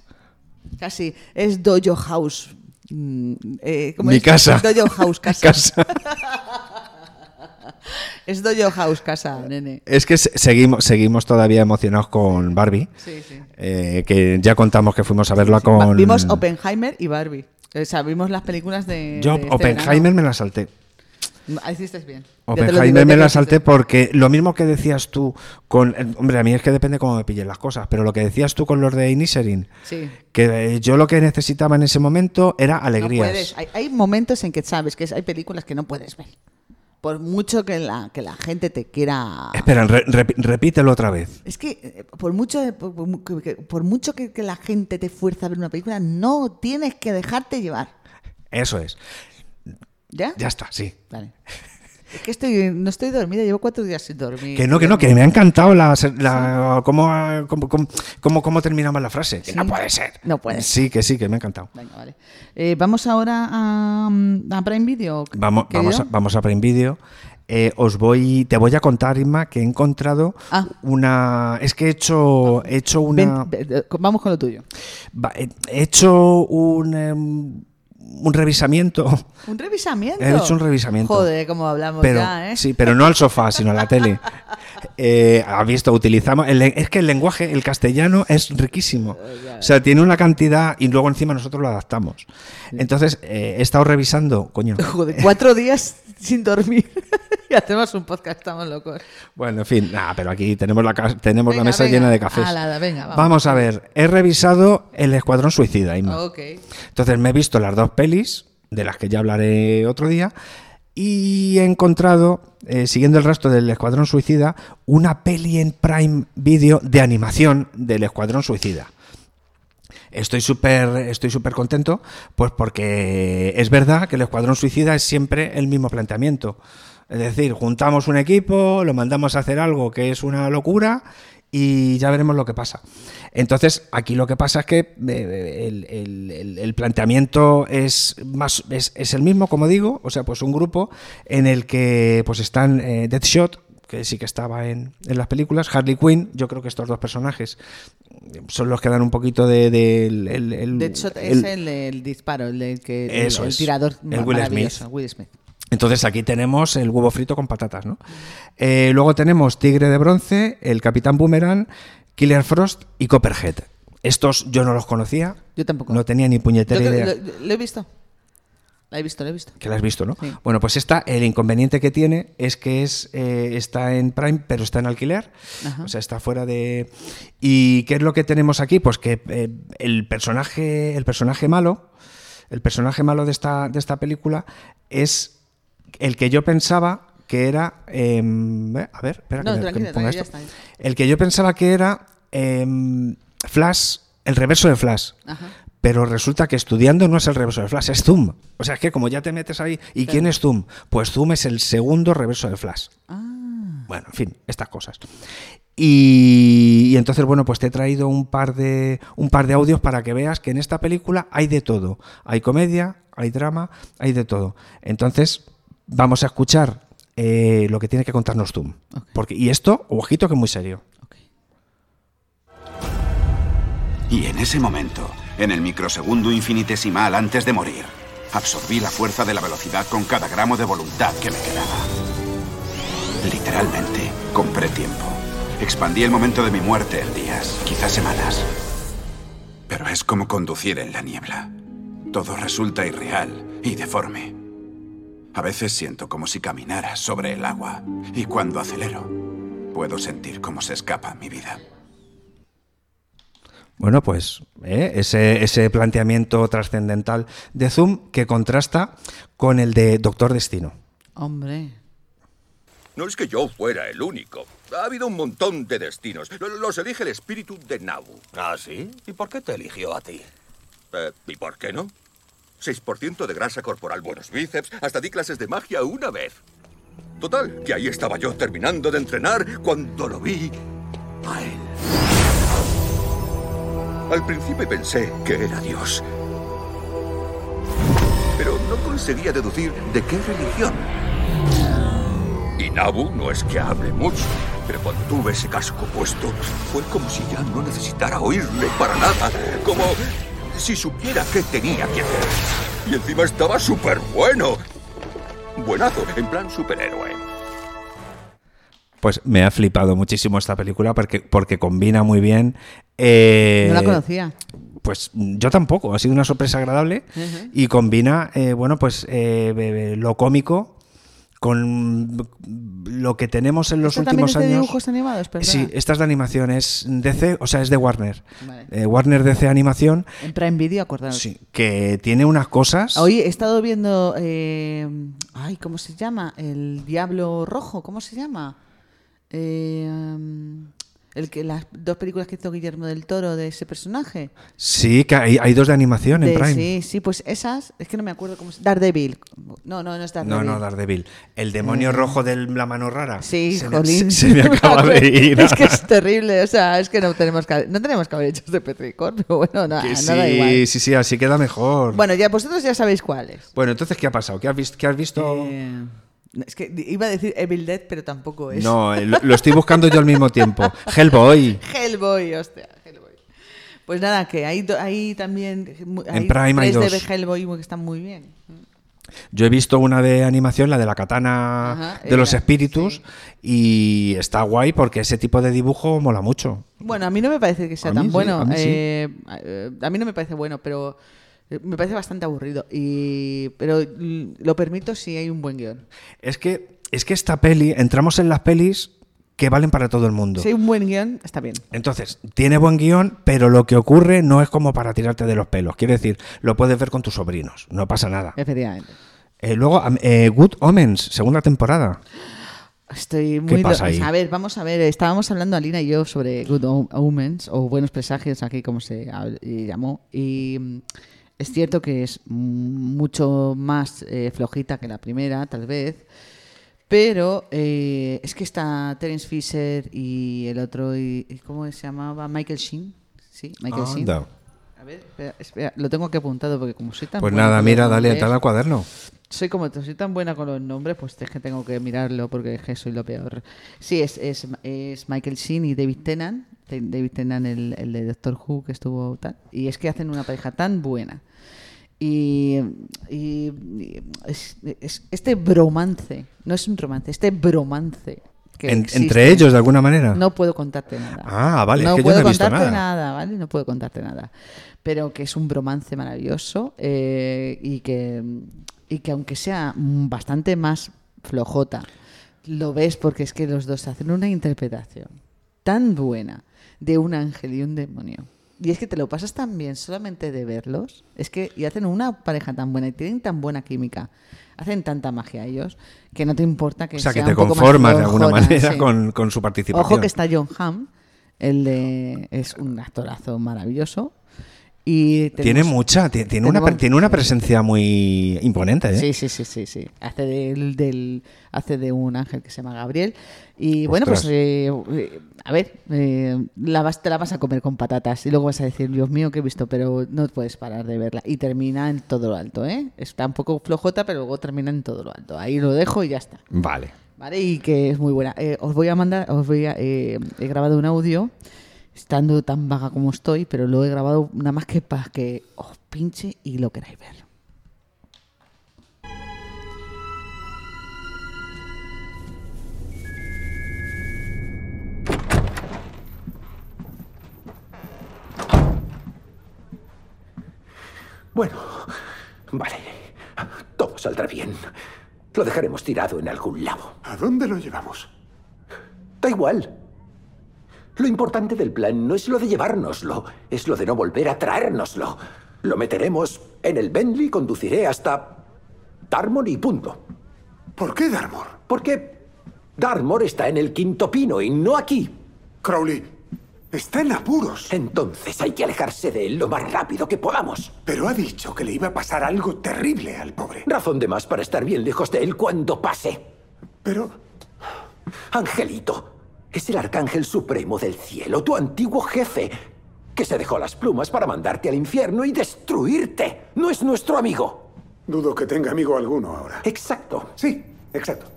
S7: Casi, es Dojo House. Mm, eh, ¿cómo
S1: Mi
S7: es?
S1: casa.
S7: Dojo
S1: [LAUGHS]
S7: House Casa.
S1: Casa.
S7: es Dojo House Casa, nene.
S1: Es que se- seguimos, seguimos todavía emocionados con Barbie.
S7: Sí, sí.
S1: eh, que ya contamos que fuimos a verla con.
S7: Vimos Oppenheimer y Barbie. O sea, vimos las películas de.
S1: Yo
S7: de este
S1: Oppenheimer me la salté.
S7: verano. Ah, Hiciste bien. Ya te lo digo,
S1: Oppenheimer me
S7: ya
S1: la
S7: que
S1: salté
S7: hiciste-
S1: porque lo mismo que decías tú con. eh, Hombre, a mí es que depende cómo me pillen las cosas, pero lo que decías tú con los de Inisherin,
S7: Sí.
S1: que eh, yo lo que necesitaba en ese momento era
S7: No
S1: alegrías.
S7: puedes. Hay, hay momentos en que sabes que es- hay películas que no puedes ver. Por mucho que la, que la gente te quiera.
S1: Eh, Espera, re- rep- repítelo otra vez.
S7: Es que eh, por mucho, por, por mu- que- por mucho que, que la gente te fuerza a ver una película, no tienes que dejarte llevar.
S1: Eso es.
S7: ¿Ya?
S1: Ya está, sí.
S7: Vale. [LAUGHS] Es que estoy, no estoy dormida, llevo cuatro días sin dormir.
S1: Que no, que no, que me ha encantado la, la- cómo, ha- cómo, cómo- cómo- cómo terminamos la frase. Que no puede ser.
S7: No puede
S1: Sí, que sí, que me ha encantado.
S7: Venga, vale. Eh, Vamos ahora a, mm, a Prime Video.
S1: Vamos,
S7: querido.
S1: vamos, a, vamos a Prime Video. Eh, os voy, te voy a contar, Inma, que he encontrado
S7: Ah.
S1: una. Es que he hecho, he hecho una.
S7: Ven, ve- vamos con lo tuyo.
S1: va, he he hecho un, em, un revisamiento.
S7: Un revisamiento.
S1: He hecho un revisamiento.
S7: Joder, como hablamos
S1: [LAUGHS] Pero,
S7: ya, ¿eh?
S1: Sí, pero no al sofá, sino a la
S7: [LAUGHS]
S1: tele. Eh, Has visto, utilizamos. el len- es que el lenguaje, el castellano, es riquísimo.
S7: Oh,
S1: O sea, tiene una cantidad y luego encima nosotros lo adaptamos. Entonces, eh, he estado revisando,
S7: [LAUGHS]
S1: coño.
S7: Joder, cuatro días [LAUGHS] sin dormir y hacemos un podcast, estamos locos.
S1: Bueno, en fin, nada, pero aquí tenemos la, ca- tenemos la
S7: Venga,
S1: mesa
S7: venga,
S1: llena de cafés.
S7: ala, venga, vamos.
S1: a ver, he revisado El Escuadrón Suicida, Inma.
S7: Ok.
S1: Entonces me he visto las dos pelis, de las que ya hablaré otro día. Y he encontrado, eh, siguiendo el rastro del Escuadrón Suicida, una peli en Prime Video de animación del Escuadrón Suicida. Estoy súper estoy súper contento, pues porque es verdad que el Escuadrón Suicida es siempre el mismo planteamiento. Es decir, juntamos un equipo, lo mandamos a hacer algo que es una locura y ya veremos lo que pasa. Entonces, aquí lo que pasa es que eh, el, el- el- el planteamiento es, más, es, es el mismo, como digo, o sea, pues un grupo en el que pues están eh, Deathshot, que sí que estaba en, en las películas, Harley Quinn, yo creo que estos dos personajes son los que dan un poquito de... de el- el- el-
S7: Deadshot
S1: Mm, el-
S7: es el, el disparo, el, el que, el-
S1: Eso
S7: el
S1: es.
S7: tirador
S1: El Will
S7: maravilloso,
S1: Smith.
S7: Will Smith.
S1: entonces aquí tenemos el huevo frito con patatas, ¿no? Eh, luego tenemos Tigre de Bronce, el Capitán Boomerang, Killer Frost y Copperhead. Estos yo no los conocía.
S7: Yo tampoco.
S1: No tenía ni
S7: Yo
S1: puñetera
S7: creo-
S1: idea.
S7: lo, lo he visto. La he visto, la he visto.
S1: Que la has visto, ¿no?
S7: Sí.
S1: Bueno, pues esta, el inconveniente que tiene es que es, eh, está en Prime, pero está en alquiler.
S7: Ajá.
S1: O sea, está fuera de. ¿Y qué es lo que tenemos aquí? Pues que eh, el personaje. El personaje malo. El personaje malo de esta, de esta película es el que yo pensaba que era. eh, a ver, espera
S7: no,
S1: que, me- que me ponga
S7: tranquila, tranquila, ya
S1: esto.
S7: está.
S1: El que yo pensaba que era em, Flash, el reverso de Flash.
S7: Ajá.
S1: Pero resulta que estudiando no es el reverso de Flash, es Zoom. O sea, es que como ya te metes ahí, ¿y
S7: Claro.
S1: quién es Zoom? Pues Zoom es el segundo reverso de Flash.
S7: Ah.
S1: Bueno, en fin, estas cosas. Y, y entonces, bueno, pues te he traído un par, de, un par de audios para que veas que en esta película hay de todo. Hay comedia, hay drama, hay de todo. Entonces, vamos a escuchar eh, lo que tiene que contarnos Zoom. Porque, y esto, ojito que es muy serio.
S15: Y en ese momento, en el microsegundo infinitesimal antes de morir, absorbí la fuerza de la velocidad con cada gramo de voluntad que me quedaba. Literalmente, compré tiempo. Expandí el momento de mi muerte en días, quizás semanas. Pero es como conducir en la niebla. Todo resulta irreal y deforme. A veces siento como si caminara sobre el agua y cuando acelero, puedo sentir cómo se escapa mi vida.
S1: Bueno, pues ¿eh? ese, ese planteamiento trascendental de Zoom que contrasta con el de Doctor Destino.
S7: Hombre.
S16: No es que yo fuera el único. Ha habido un montón de destinos. Lo- Los elige el espíritu de Nabu. ¿Ah, sí? ¿Y por qué te eligió a ti? ¿Y por qué no? 6% de grasa corporal, buenos bíceps, hasta di clases de magia una vez. Total, que ahí estaba yo terminando de entrenar cuando lo vi a él. Al principio pensé que era Dios. Pero no conseguía deducir de qué religión. Y Nabu no es que hable mucho, pero cuando tuve ese casco puesto, fue como si ya no necesitara oírle para nada, ah, como si supiera qué tenía que hacer. Y encima estaba súper bueno. Buenazo, en plan superhéroe.
S1: Pues me ha flipado muchísimo esta película porque, porque combina muy bien. eh,
S7: no la conocía.
S1: Pues mm, yo tampoco, ha sido una sorpresa agradable y combina, eh, bueno, pues eh, be- be- lo cómico con mm, lo que tenemos en los
S7: ¿Esta también
S1: últimos
S7: es de
S1: años.
S7: dibujos animados? Perdona.
S1: Sí, esta es de animación, es DC, o sea, es de Warner.
S7: Vale.
S1: Eh, Warner DC Animación,
S7: En Prime Video, acordaros.
S1: sí, que tiene unas cosas.
S7: Hoy he estado viendo. eh, ay, ¿cómo se llama? El Diablo Rojo, ¿cómo se llama? Eh, um, el que las dos películas que hizo Guillermo del Toro de ese personaje.
S1: Sí, que hay, hay dos de animación en
S7: De-
S1: Prime.
S7: Sí, sí, pues esas. Es que no me acuerdo cómo se Daredevil. No, no, no es
S1: No,
S7: Daredevil.
S1: no, Daredevil. El demonio
S7: Eh.
S1: rojo de la mano rara.
S7: Sí,
S1: se me- [LAUGHS]
S7: jolín.
S1: se-
S7: [LAUGHS]
S1: se me acaba de ir. [LAUGHS]
S7: Es que es terrible, o sea, es que no tenemos que, no tenemos que haber hecho este petricor, [LAUGHS] pero bueno, Ah, no,
S1: Que
S7: no da igual.
S1: sí, sí, sí, así queda mejor. Bueno,
S7: Bueno, ya vosotros ya sabéis cuáles.
S1: entonces, ¿qué ha pasado? ¿Qué has visto? ¿Qué has visto?
S7: Eh, Es que iba a decir Evil Dead, pero tampoco es.
S1: No, eh, lo, lo estoy buscando yo al mismo
S7: [LAUGHS]
S1: tiempo. Hellboy.
S7: Hellboy, hostia, Hellboy. Pues nada, que hay, do- hay también mu-
S1: En Prime hay
S7: tres de
S1: dos.
S7: Hellboy que están muy bien.
S1: Yo he visto una de animación, la de la katana
S7: Ajá,
S1: de los
S7: era,
S1: espíritus, y está guay porque ese tipo de dibujo mola mucho.
S7: Bueno, a mí no me parece que sea
S1: A mí
S7: tan
S1: sí,
S7: bueno.
S1: a mí sí.
S7: eh, a- eh, a mí no me parece bueno, pero eh, me parece bastante aburrido. Y, pero mm, lo permito si hay un buen guión.
S1: Es que, es que esta peli, entramos en las pelis que valen para todo el mundo.
S7: Si hay un buen guión, está bien.
S1: Entonces, tiene buen guión, pero lo que ocurre no es como para tirarte de los pelos. Quiere decir, lo puedes ver con tus sobrinos, no pasa nada.
S7: Efectivamente.
S1: Eh, luego, am- eh, Good Omens, segunda temporada.
S7: Estoy
S1: ¿Qué
S7: muy do-
S1: pasa ahí?
S7: A ver, vamos a ver. eh, Estábamos hablando Alina y yo sobre Good Om- Omens o Buenos Presagios, aquí como se hab- eh, llamó. Y mm, es cierto que es mm, mucho más eh, flojita que la primera, tal vez. Pero eh, es que está Terence Fisher y el otro, y, y ¿cómo se llamaba? Michael Sheen. Sí, Michael Sheen.
S1: Ah, Anda.
S7: A ver, espera, espera, lo tengo aquí apuntado porque como soy tan
S1: Pues
S7: buena
S1: nada,
S7: con
S1: mira,
S7: los
S1: dale,
S7: nombres-
S1: dale al cuaderno.
S7: soy como soy tan buena con los nombres, pues es que tengo que mirarlo porque es que soy lo peor. Sí, es, es, es Michael Sheen y David Tennant. Te- David Tennant, el, el de Doctor Who, que estuvo tal. Y es que hacen una pareja tan buena. Y, y- y es- es- este bromance, no es un romance, este bromance. que
S1: En-
S7: existe.
S1: entre ellos, de alguna manera.
S7: No puedo contarte nada.
S1: Ah, vale, es
S7: no
S1: que yo
S7: puedo
S1: no he visto
S7: contarte
S1: nada.
S7: nada, ¿vale? No puedo contarte nada. Pero que es un bromance maravilloso eh, y, que, y que aunque sea mm, bastante más flojota, lo ves porque es que los dos hacen una interpretación tan buena de un ángel y un demonio. Y es que te lo pasas tan bien solamente de verlos. Es que y hacen una pareja tan buena y tienen tan buena química. Hacen tanta magia ellos que no te importa que
S1: O sea, que
S7: sea
S1: te
S7: un poco más
S1: conformas de alguna
S7: flojona,
S1: manera
S7: sí.
S1: con, con su participación.
S7: Ojo que está John Hamm, el de, es un actorazo maravilloso. Y tenemos-
S1: tiene mucha, ti- tiene, una,
S7: tenemos-
S1: pre- tiene una presencia muy imponente, ¿eh?
S7: Sí, sí, sí, sí, sí. Hace del, del- hace de un ángel que se llama Gabriel. Y bueno, pues
S1: Ostras.
S7: eh, eh, a ver, eh, la vas, te la vas a comer con patatas y luego vas a decir, Dios mío, que he visto, pero no puedes parar de verla. Y termina en todo lo alto, ¿eh? Está un poco flojota, pero luego termina en todo lo alto. Ahí lo dejo y ya está.
S1: Vale.
S7: Vale, y que es muy buena. Eh, os voy a mandar, os voy a, eh, he grabado un audio, estando tan vaga como estoy, pero lo he grabado nada más que para que os pinche y lo queráis ver.
S17: Bueno, vale. Todo saldrá bien. Lo dejaremos tirado en algún lado. ¿A dónde lo llevamos? Da igual. Lo importante del plan no es lo de llevárnoslo, es lo de no volver a traérnoslo. Lo meteremos en el Bentley y conduciré hasta Darmor y punto. ¿Por qué Darmor? Porque Darmor está en el quinto pino y no aquí. Crowley, está en apuros. Entonces hay que alejarse de él lo más rápido que podamos. Pero ha dicho que le iba a pasar algo terrible al pobre. Razón de más para estar bien lejos de él cuando pase. Pero... Angelito, es el arcángel supremo del cielo, tu antiguo jefe, que se dejó las plumas para mandarte al infierno y destruirte. No es nuestro amigo. Dudo que tenga amigo alguno ahora. Exacto. Sí, exacto.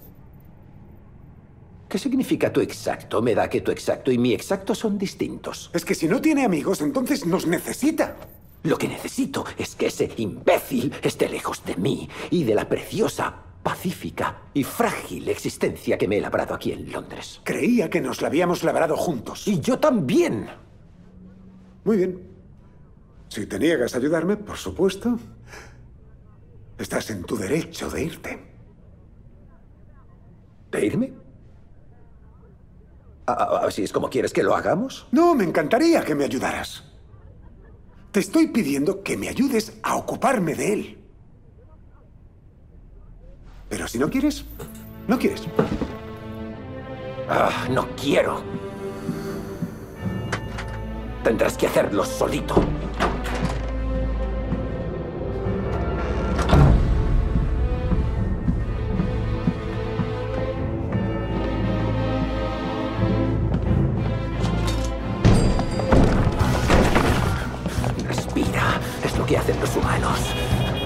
S17: ¿Qué significa tu exacto? Me da que tu exacto y mi exacto son distintos. Es que si no tiene amigos, entonces nos necesita. Lo que necesito es que ese imbécil esté lejos de mí y de la preciosa, pacífica y frágil existencia que me he labrado aquí en Londres. Creía que nos la habíamos labrado juntos. Y yo también.
S2: Muy bien. Si te niegas a ayudarme, por supuesto. Estás en tu derecho de irte.
S17: ¿De irme? Ah, ah, ¿Así es como quieres que lo hagamos?
S2: No, me encantaría que me ayudaras. Te estoy pidiendo que me ayudes a ocuparme de él. Pero si no quieres, no quieres.
S17: Ah, no quiero. Tendrás que hacerlo solito. Respira. Es lo que hacen los humanos.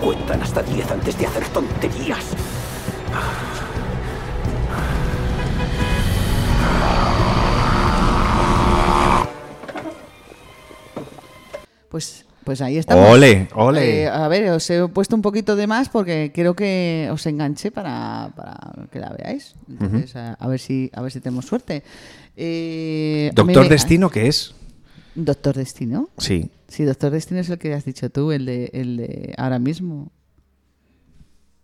S17: Cuentan hasta 10 antes de hacer tonterías.
S7: Pues, pues ahí estamos.
S1: Ole, ole.
S7: Eh, a ver, os he puesto un poquito de más porque quiero que os enganche para, para que la veáis. Entonces, a, a ver si, a ver si tenemos suerte. Eh, a mí
S1: Doctor
S7: me-
S1: Destino, ¿qué es?
S7: Doctor Destino.
S1: Sí.
S7: Sí, Doctor Destino es el que has dicho tú, el de, el de ahora mismo.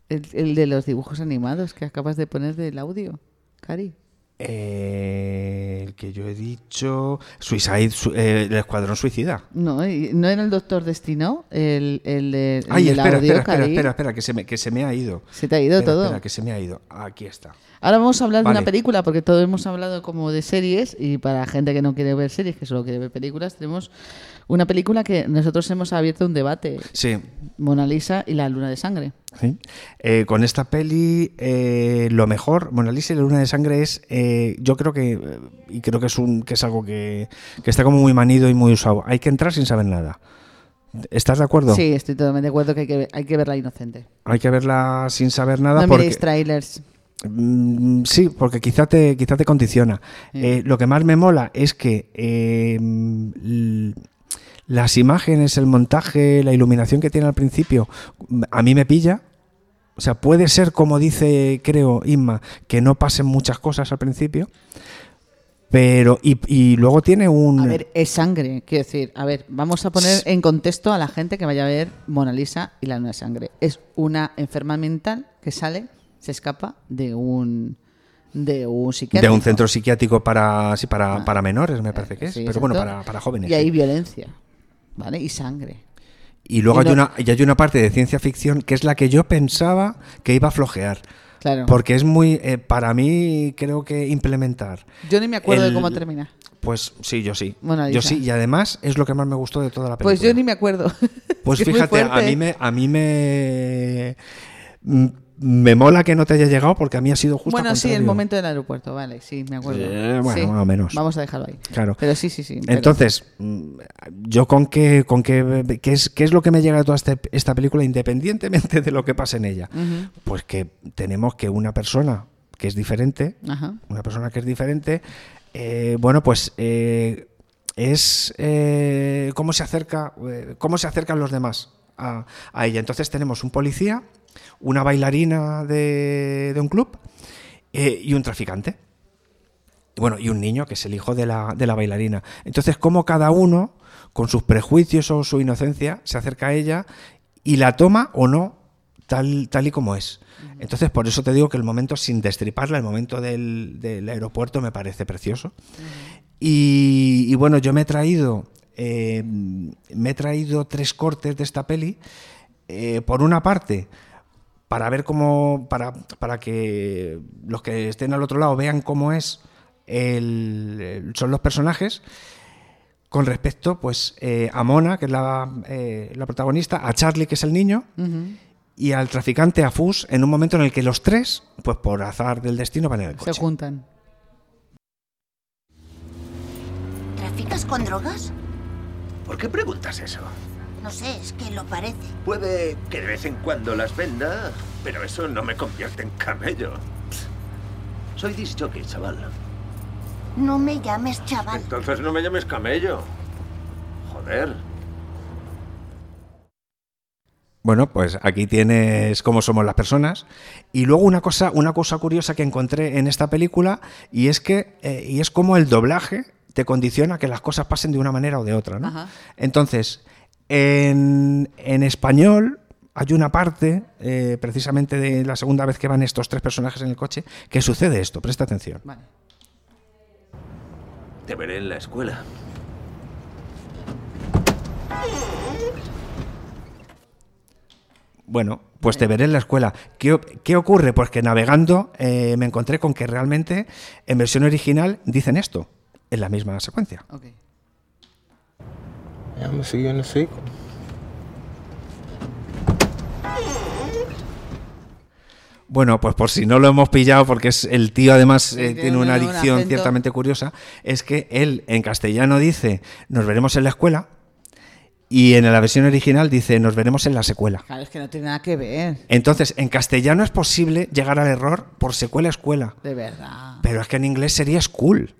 S7: El, el de los dibujos animados que acabas de poner del audio, Cari.
S1: Eh, el que yo he dicho. Suicide, su- eh, el Escuadrón Suicida.
S7: No, y- ¿no era el Doctor Destino? El, el de. el
S1: Ay,
S7: de la
S1: espera, espera,
S7: audioca
S1: espera,
S7: ahí.
S1: espera, espera, que se me, que se me ha ido.
S7: Se te ha ido
S1: Espera,
S7: todo.
S1: Espera, que se me ha ido. Aquí está.
S7: Ahora vamos a hablar
S1: Vale.
S7: de una película, porque todos hemos hablado como de series, y para gente que no quiere ver series, que solo quiere ver películas, tenemos una película que nosotros hemos abierto un debate.
S1: Sí.
S7: Mona Lisa y la luna de sangre.
S1: Sí. Eh, con esta peli, eh, lo mejor, Mona Lisa y la luna de sangre es, eh, yo creo que, eh, y creo que es, un, que es algo que, que está como muy manido y muy usado. Hay que entrar sin saber nada. ¿Estás de acuerdo?
S7: Sí, estoy totalmente de acuerdo que hay que, ver- hay que verla inocente.
S1: Hay que verla sin saber nada
S7: no
S1: porque...
S7: miréis trailers.
S1: Mm, sí, porque quizá te, quizá te condiciona. Eh, lo que más me mola es que eh, mm, l- las imágenes, el montaje, la iluminación que tiene al principio, mm, a mí me pilla. O sea, puede ser, como dice, creo, Inma, que no pasen muchas cosas al principio. Pero, y, y luego tiene un.
S7: A ver, es sangre, quiero decir, a ver, vamos a poner en contexto a la gente que vaya a ver Mona Lisa y la luna de sangre. Es una enferma mental que sale, se escapa de un de un
S1: de
S7: psiquiatra.
S1: un centro psiquiátrico para, sí, para, para menores, me parece que es.
S7: Ah, eh, Sí,
S1: pero bueno,
S7: exacto.
S1: para, para jóvenes.
S7: Y hay
S1: sí.
S7: violencia, ¿vale? Y sangre.
S1: Y luego
S7: Y
S1: hay,
S7: no-
S1: una, y hay una parte de ciencia ficción que es la que yo pensaba que iba a flojear.
S7: Claro.
S1: Porque es muy, eh, para mí, creo que implementar.
S7: Yo ni me acuerdo
S1: el-
S7: de cómo termina.
S1: Pues sí, yo sí.
S7: Mona
S1: yo
S7: Lisa.
S1: sí, y además es lo que más me gustó de toda la película.
S7: Pues yo ni me acuerdo.
S1: Pues
S7: [LAUGHS] Es que es muy
S1: fíjate, a
S7: fuerte.
S1: mí me. A mí me m- me mola que no te haya llegado porque a mí ha sido justo.
S7: Bueno,
S1: al
S7: sí, el
S1: contrario.
S7: momento del aeropuerto, vale, sí, me acuerdo.
S1: Eh, bueno,
S7: Sí,
S1: más o menos.
S7: Vamos a dejarlo ahí.
S1: Claro.
S7: Pero sí, sí, sí. pero-
S1: Entonces, mm, yo con qué, con qué, qué es, qué es lo que me llega de toda este- esta película, independientemente de lo que pase en ella.
S7: Ujú.
S1: Pues que tenemos que una persona que es diferente,
S7: Ajá.
S1: una persona que es diferente, eh, bueno, pues eh, es eh, cómo se acerca, eh, cómo se acercan los demás a, a ella. Entonces tenemos un policía, una bailarina de, de un club eh, y un traficante. Y Bueno, y un niño que es el hijo de la, de la bailarina. Entonces, cómo cada uno, con sus prejuicios o su inocencia, se acerca a ella y la toma o no tal, tal y como es. Entonces, por eso te digo que el momento, sin destriparla, el momento del, del aeropuerto me parece precioso. Y, y bueno, yo me he traído. eh, me he traído tres cortes de esta peli. Eh, por una parte, para ver cómo. Para, para que los que estén al otro lado vean cómo es. el- el- son los personajes. Con respecto, pues, eh, a Mona, que es la, eh, la protagonista, a Charlie, que es el niño,
S7: Ujú.
S1: y al traficante, a Fus, en un momento en el que los tres, pues por azar del destino, van en el
S7: Se
S1: coche.
S7: juntan.
S18: ¿Traficas con drogas?
S19: ¿Por qué preguntas eso?
S18: No sé, es que lo parece.
S19: Puede Eh, que de vez en cuando las venda, pero eso no me convierte en camello. Soy disjockey, chaval.
S18: No me llames chaval.
S19: Entonces no me llames camello. Joder.
S1: Bueno, pues aquí tienes cómo somos las personas. Y luego una cosa, una cosa curiosa que encontré en esta película, y es que, eh, y es como el doblaje te condiciona a que las cosas pasen de una manera o de otra, ¿no?
S7: Ajá.
S1: Entonces, en, en español hay una parte, eh, precisamente de la segunda vez que van estos tres personajes en el coche, que sucede esto, presta atención.
S19: Te veré en la escuela.
S1: Bueno, pues te veré en la escuela. ¿Qué, o- qué ocurre? Pues que navegando eh, me encontré con que realmente en versión original dicen esto, en la misma secuencia.
S20: Yeah, I'm gonna see you in the sequel.
S1: Bueno, pues por si no lo hemos pillado, porque es el tío además eh,
S20: tiene
S1: tiene
S20: un-
S1: una
S20: un
S1: adicción
S20: acento.
S1: ciertamente curiosa, es que él en castellano dice nos veremos en la escuela y en la versión original dice nos veremos en la secuela.
S7: Claro, es que no tiene nada que ver.
S1: Entonces, en castellano es posible llegar al error por secuela-escuela.
S7: De verdad.
S1: Pero es que en inglés sería school.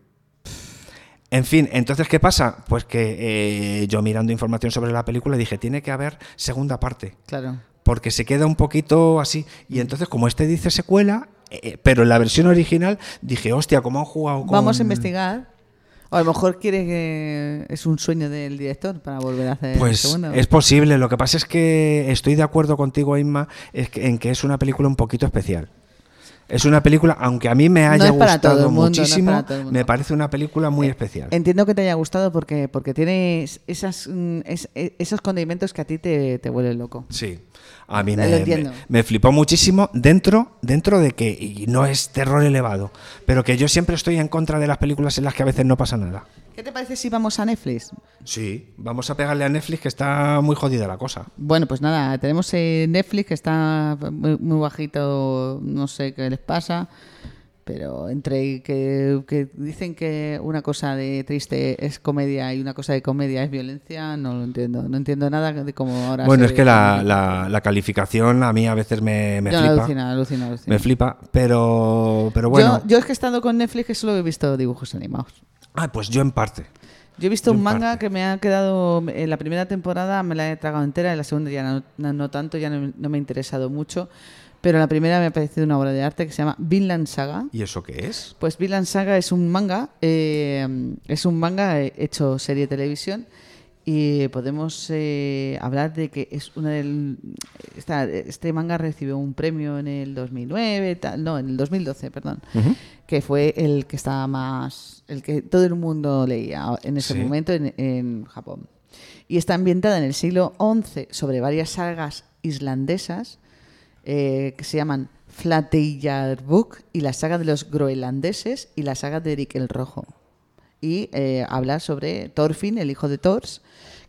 S1: En fin, entonces, ¿qué pasa? Pues que eh, yo mirando información sobre la película dije, tiene que haber segunda parte.
S7: Claro.
S1: Porque se queda un poquito así. Y entonces, como este dice secuela, eh, eh, pero en la versión original dije, hostia, ¿cómo han jugado con...?
S7: Vamos a investigar. O a lo mejor quiere que es un sueño del director para volver a hacer
S1: Pues
S7: el segundo.
S1: es posible. Lo que pasa es que estoy de acuerdo contigo, Inma, es que- en que es una película un poquito especial. Es una película, aunque a mí me haya
S7: No es para todo el
S1: gustado
S7: mundo, no es
S1: muchísimo,
S7: para todo el mundo. Eh,
S1: me parece una película muy especial.
S7: Entiendo que te haya gustado porque, porque tienes esas, mm, es- e- esos condimentos que a ti te, te vuelven loco.
S1: Sí, a mí
S7: Lo
S1: me,
S7: entiendo.
S1: me- me flipó muchísimo dentro, dentro de que y no es terror elevado, pero que yo siempre estoy en contra de las películas en las que a veces no pasa nada.
S7: ¿Qué te parece si vamos a Netflix?
S1: Sí, vamos a pegarle a Netflix que está muy jodida la cosa.
S7: Bueno, pues nada, tenemos eh, Netflix que está muy, muy bajito, no sé qué les pasa, pero entre que, que dicen que una cosa de triste es comedia y una cosa de comedia es violencia, no lo entiendo, no entiendo nada de cómo ahora...
S1: Bueno,
S7: se-
S1: es que la, la- la calificación a mí a veces me, me
S7: No,
S1: flipa.
S7: alucina, alucina, alucina.
S1: Me flipa, pero, pero bueno.
S7: yo, yo es que he estado con Netflix que solo he visto dibujos animados.
S1: Ah, pues yo en parte.
S7: Yo he visto
S1: Yo en
S7: un manga que me ha quedado. En la primera temporada me la he tragado entera, en la segunda ya no, no- no tanto, ya no, no me ha interesado mucho. Pero la primera me ha parecido una obra de arte que se llama Vinland Saga.
S1: ¿Y eso qué es?
S7: Pues Vinland Saga es un manga, eh, es un manga hecho serie de televisión y podemos eh, hablar de que es una del esta- este manga recibió un premio en el 2009, tal- no, en el 2012, perdón,
S20: Ujú.
S7: que fue el que estaba más, el que todo el mundo leía en ese
S20: Sí.
S7: momento en, en Japón. Y está ambientada en el siglo XI sobre varias sagas islandesas eh, que se llaman Flateyjarbuk y la saga de los groenlandeses y la saga de Eric el Rojo. Y eh, habla sobre Thorfinn, el hijo de Thors,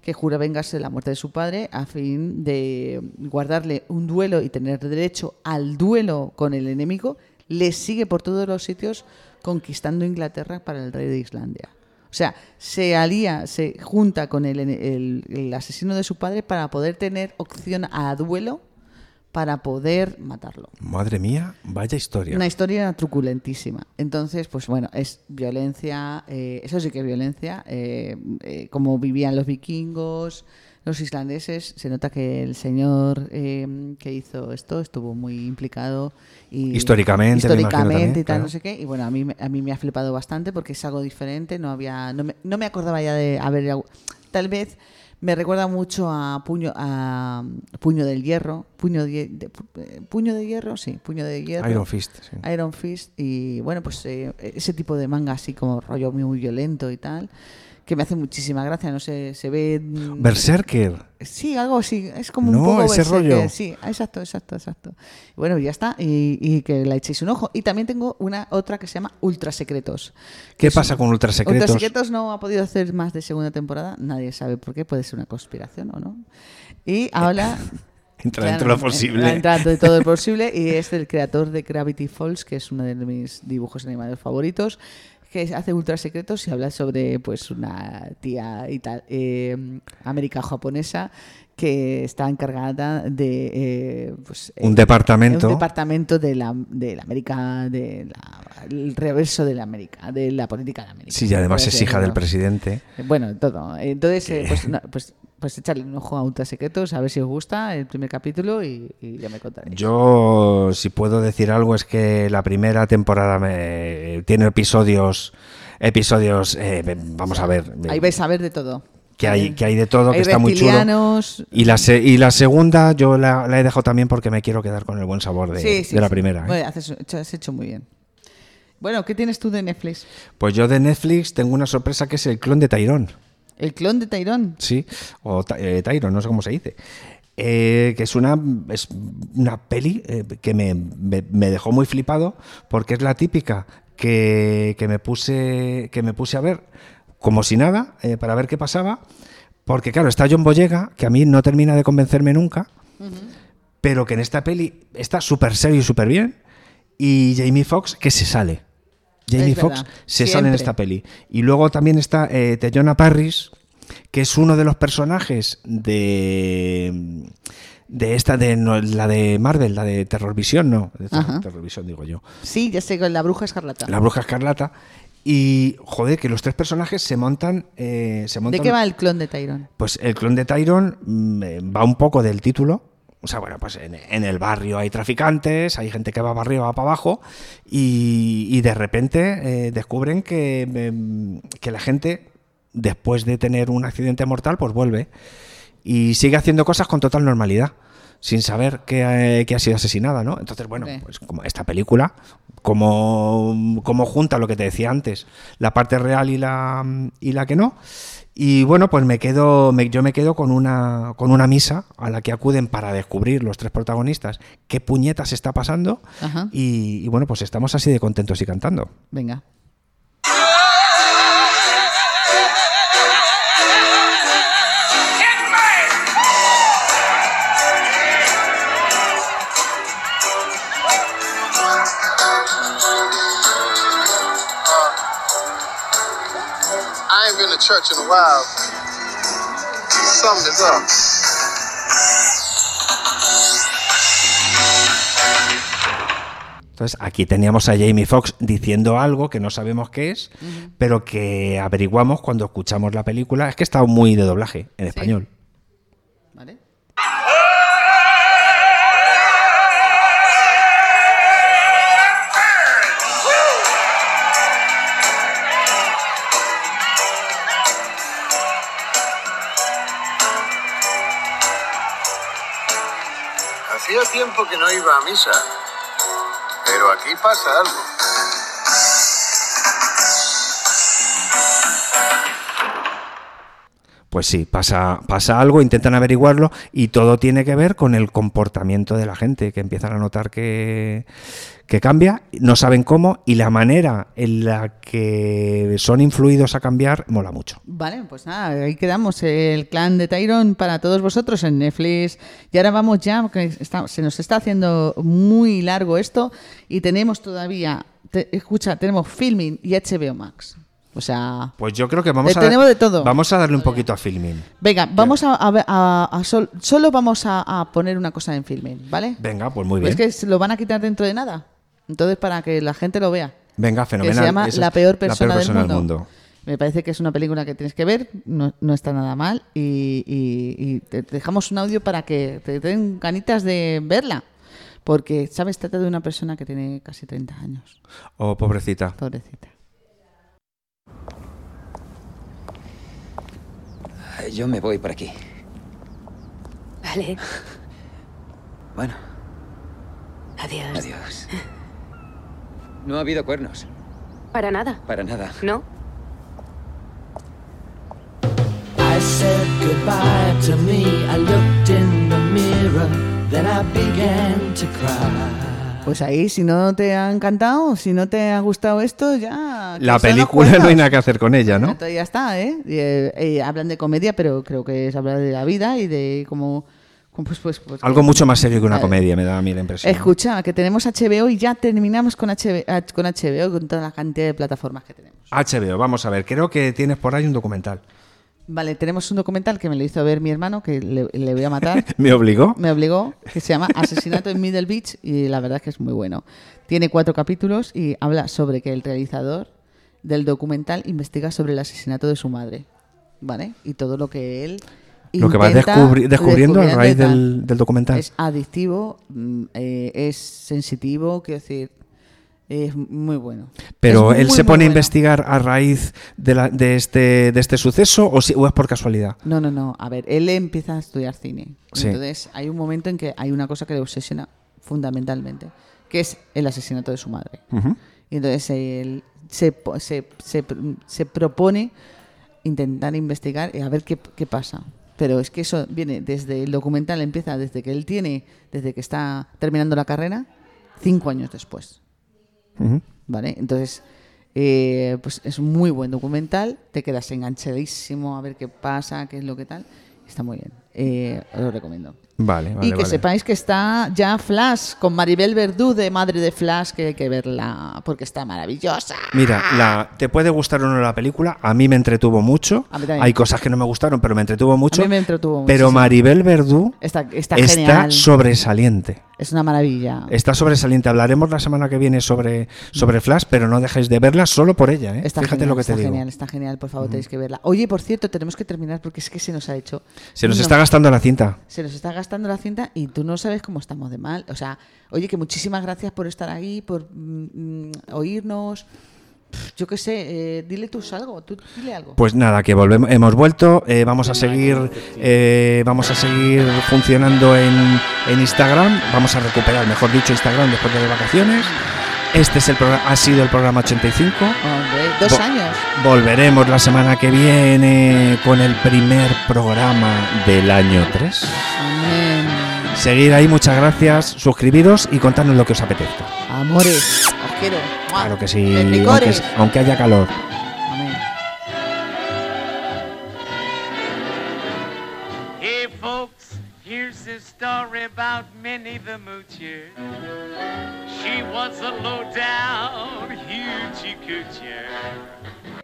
S7: que jura vengarse de la muerte de su padre a fin de guardarle un duelo y tener derecho al duelo con el enemigo. Le sigue por todos los sitios conquistando Inglaterra para el rey de Islandia. O sea, se alía, se junta con el, el- el asesino de su padre para poder tener opción a duelo para poder matarlo.
S1: Madre mía, vaya historia.
S7: Una historia truculentísima. Entonces, pues bueno, es violencia, eh, eso sí que es violencia, eh, eh, como vivían los vikingos, los islandeses, se nota que el señor eh, que hizo esto estuvo muy implicado. Y,
S1: Históricamente, me imagino
S7: históricamente
S1: también,
S7: y tal,
S1: claro.
S7: no sé qué. Y bueno, a mí, me- a mí me ha flipado bastante porque es algo diferente, no, había, no, me, no me acordaba ya de haber... Tal vez me recuerda mucho a Puño, a puño del Hierro, Puño de, de- eh, Puño de Hierro, sí, Puño de Hierro.
S1: Iron Fist, sí.
S7: Iron Fist y bueno, pues eh, ese tipo de manga así como rollo muy, muy violento y tal, que me hace muchísima gracia, no sé, se ve... mm,
S1: Berserker.
S7: Sí, algo así, es como
S1: No,
S7: un poco...
S1: ese
S7: Berserker,
S1: rollo.
S7: Sí, ah, exacto, exacto, exacto. Bueno, ya está, y, y que la echéis un ojo. Y también tengo una otra que se llama Ultra Secretos.
S1: ¿Qué pasa con Ultrasecretos?
S7: Ultra Secretos no ha podido hacer más de segunda temporada, nadie sabe por qué, puede ser una conspiración o no. Y habla...
S1: Entra dentro de lo posible.
S7: eh, Entra dentro de todo lo posible y es el creador de Gravity Falls, que es uno de mis dibujos animados favoritos, que hace ultra secretos y habla sobre pues una tía ita- eh, américa japonesa que está encargada de eh, pues,
S1: Un
S7: eh,
S1: departamento.
S7: un departamento de la, de la América de la- el reverso de la América de la política de América
S1: Sí, y además
S7: por
S1: es
S7: así
S1: hija del
S7: decirlo.
S1: presidente.
S7: Eh, Bueno, todo. Entonces, eh, pues, no, pues, pues echarle un ojo a Ultra Secretos, a ver si os gusta el primer capítulo y, y ya me contaréis.
S1: Yo, si puedo decir algo, es que la primera temporada me- tiene episodios, episodios, eh, vamos a ver,
S7: Ahí vais a ver de todo.
S1: que hay, que hay de todo, que
S7: Hay
S1: está muy chulo.
S7: reptilianos.
S1: Y la, se- y la segunda yo la, la he dejado también porque me quiero quedar con el buen sabor de,
S7: Sí, sí,
S1: de la
S7: sí.
S1: primera. ¿eh?
S7: Bueno, haces- has hecho muy bien. Bueno, ¿qué tienes tú de Netflix?
S1: Pues yo de Netflix tengo una sorpresa que es el clon de Tyrone.
S7: El clon de Tyrone.
S1: Sí, o Ty- eh, Tyron, no sé cómo se dice. Eh, que es una, es una peli eh, que me, me- me dejó muy flipado porque es la típica que, que me, puse, que me puse a ver como si nada eh, para ver qué pasaba. Porque claro, está John Boyega, que a mí no termina de convencerme nunca, pero que en esta peli está súper serio y súper bien. Y Jamie Foxx que se sale. Jamie
S21: Es verdad,
S1: Foxx se sale en
S21: siempre.
S1: esta peli. Y luego también está eh, Teyona Parris, que es uno de los personajes de de esta de no, la de Marvel, la de Terror Visión, no, de Terror-
S7: Ajá.
S1: Terrorvisión digo yo.
S7: Sí, ya sé, con la bruja escarlata.
S1: La Bruja Escarlata y joder, que los tres personajes se montan eh, se
S7: ¿De
S1: montan
S7: qué va el clon de Tyrone?
S1: pues el clon de Tyrone mm, eh, va un poco del título. O sea, bueno, pues en, en el barrio hay traficantes, hay gente que va para arriba, va para abajo, y, y de repente eh, descubren que, mm, que la gente, después de tener un accidente mortal, pues vuelve y sigue haciendo cosas con total normalidad. sin saber que, eh, que ha sido asesinada, ¿no? Entonces, bueno,
S7: Ok.
S1: pues como esta película, como, como junta lo que te decía antes, la parte real y la, y la que no. Y bueno, pues me quedo, me- yo me quedo con una, con una misa a la que acuden para descubrir los tres protagonistas qué puñetas está pasando.
S7: Ajá.
S1: Y, y bueno, pues estamos así de contentos y cantando.
S7: Venga.
S20: I ain't been to church in a while. Something is up.
S1: Entonces aquí teníamos a Jamie Foxx diciendo algo que no sabemos qué es, pero que averiguamos cuando escuchamos la película. Es que está muy de doblaje en español.
S20: Hacía tiempo que no iba a misa. Pero aquí pasa algo.
S1: Pues sí, pasa, pasa algo, intentan averiguarlo y todo tiene que ver con el comportamiento de la gente, que empiezan a notar que, que cambia, no saben cómo y la manera en la que son influidos a cambiar mola mucho.
S7: Vale, pues nada, ahí quedamos el clan de Tyron para todos vosotros en Netflix. Y ahora vamos ya, que está- se nos está haciendo muy largo esto y tenemos todavía, te- escucha, tenemos Filming y HBO Max. O sea,
S1: Pues yo creo que vamos
S7: Le
S1: a
S7: tenemos de todo.
S1: vamos a darle un poquito a filming.
S7: venga, vamos a, a ver- a- a sol- solo vamos a, a poner una cosa en Filming, ¿vale?
S1: Venga, pues muy
S7: Es
S1: bien.
S7: que se lo van a quitar dentro de nada. Entonces, para que la gente lo vea.
S1: Venga,
S7: que
S1: fenomenal.
S7: se llama
S1: Eso es
S7: La peor persona,
S1: del mundo.
S7: Me parece que es una película que tienes que ver, no, no está nada mal y, y- y te te dejamos un audio para que te den ganitas de verla. Porque, ¿sabes? Trata de una persona que tiene casi 30 años.
S1: Oh, pobrecita.
S7: Pobrecita.
S10: Eh, Yo me voy por aquí.
S21: Vale,
S10: Bueno,
S21: adiós.
S10: adiós. No ha habido cuernos,
S21: Para nada,
S10: para nada.
S21: ¿no?
S22: I said goodbye to me. I looked in the mirror, then I began to cry.
S7: Pues ahí, si no te ha encantado, si no te ha gustado esto, ya. que
S1: La
S7: eso no
S1: película
S7: cuenta.
S1: no hay nada que hacer con ella, ¿no?
S7: Entonces ya está, ¿eh? Y, eh, eh, hablan de comedia, pero creo que es hablar de la vida y de cómo. cómo, pues, pues, pues,
S1: Algo mucho más serio que una
S7: Vale.
S1: comedia, me da a mí la impresión.
S7: Escucha, que tenemos HBO y ya terminamos con HBO, ah, con HBO, con toda la cantidad de plataformas que tenemos.
S1: HBO, vamos a ver, creo que tienes por ahí un documental.
S7: Vale, tenemos un documental que me lo hizo ver mi hermano, que le, le voy
S1: [LAUGHS]
S7: a matar.
S1: ¿Me obligó?
S7: [LAUGHS] Me obligó, que se llama Asesinato en Middle Beach y la verdad es que es muy bueno. Tiene cuatro capítulos y habla sobre que el realizador del documental investiga sobre el asesinato de su madre, ¿vale? Y todo lo que él...
S1: Lo que vas
S7: intenta
S1: descubri- descubriendo a
S7: descubriendo
S1: raíz
S7: y tal.
S1: del, del documental.
S7: Es adictivo, mm, eh, es sensitivo, quiero decir, es muy bueno.
S1: Pero
S7: Es
S1: él
S7: muy,
S1: se
S7: muy
S1: pone a
S7: bueno.
S1: investigar a raíz de, la- de este, de este suceso o, si- o es por casualidad.
S7: No, no, no. A ver, él empieza a estudiar cine.
S1: Sí.
S7: Entonces hay un momento en que hay una cosa que le obsesiona fundamentalmente, que es el asesinato de su madre.
S1: Ujú.
S7: Y entonces él se, po- se- se- se propone intentar investigar y a ver qué, qué pasa. Pero es que eso viene desde el documental, empieza desde que él tiene, desde que está terminando la carrera, cinco años después.
S1: Ujú.
S7: ¿Vale? Entonces, eh, pues es un muy buen documental, te quedas enganchadísimo a ver qué pasa, qué es lo que tal. Está muy bien, eh, os lo recomiendo.
S1: Vale, vale.
S7: y que
S1: vale.
S7: sepáis que está ya Flash con Maribel Verdú de Madre de Flash, que hay que verla porque está maravillosa.
S1: Mira, la, te puede gustar o no la película, a mí me entretuvo mucho.
S7: A mí también.
S1: Hay cosas que no me gustaron, pero me entretuvo mucho.
S7: A mí me entretuvo
S1: Pero
S7: muchísimo.
S1: Maribel Verdú
S7: Está,
S1: está
S7: está, genial.
S1: sobresaliente.
S7: es una maravilla.
S1: Está sobresaliente. Hablaremos la semana que viene sobre, sobre Flash, pero no dejéis de verla solo por ella. ¿eh?
S7: Está
S1: Fíjate
S7: genial,
S1: lo que
S7: está
S1: te digo.
S7: genial, está genial, por favor, tenéis que verla. Oye, por cierto, tenemos que terminar porque es que se nos ha hecho.
S1: Se nos
S7: No.
S1: está gastando la cinta.
S7: Se nos está gastando la cinta y tú no sabes cómo estamos de mal. O sea, oye, que muchísimas gracias por estar ahí, por mm, mm, oírnos. Pff, Yo qué sé, eh, dile tú algo, tú dile algo.
S1: Pues nada, que volvemos, hemos vuelto, eh, vamos a seguir, eh, vamos a seguir funcionando en, en Instagram, vamos a recuperar, mejor dicho, Instagram después de vacaciones. Este es el programa, ha sido el programa 85.
S7: Hombre, dos
S1: Vo-
S7: años.
S1: Volveremos la semana que viene con el primer programa del año 3. Seguir ahí, muchas gracias, suscribiros y contadnos lo que os apetezca.
S7: Amores, os quiero. ¡Mua!
S1: Claro que sí, aunque,
S7: Bendigones.
S1: aunque haya calor.
S7: Amén.
S3: Hey, folks, here's a story about Minnie the Moocher. She was a low-down hoochie coocher.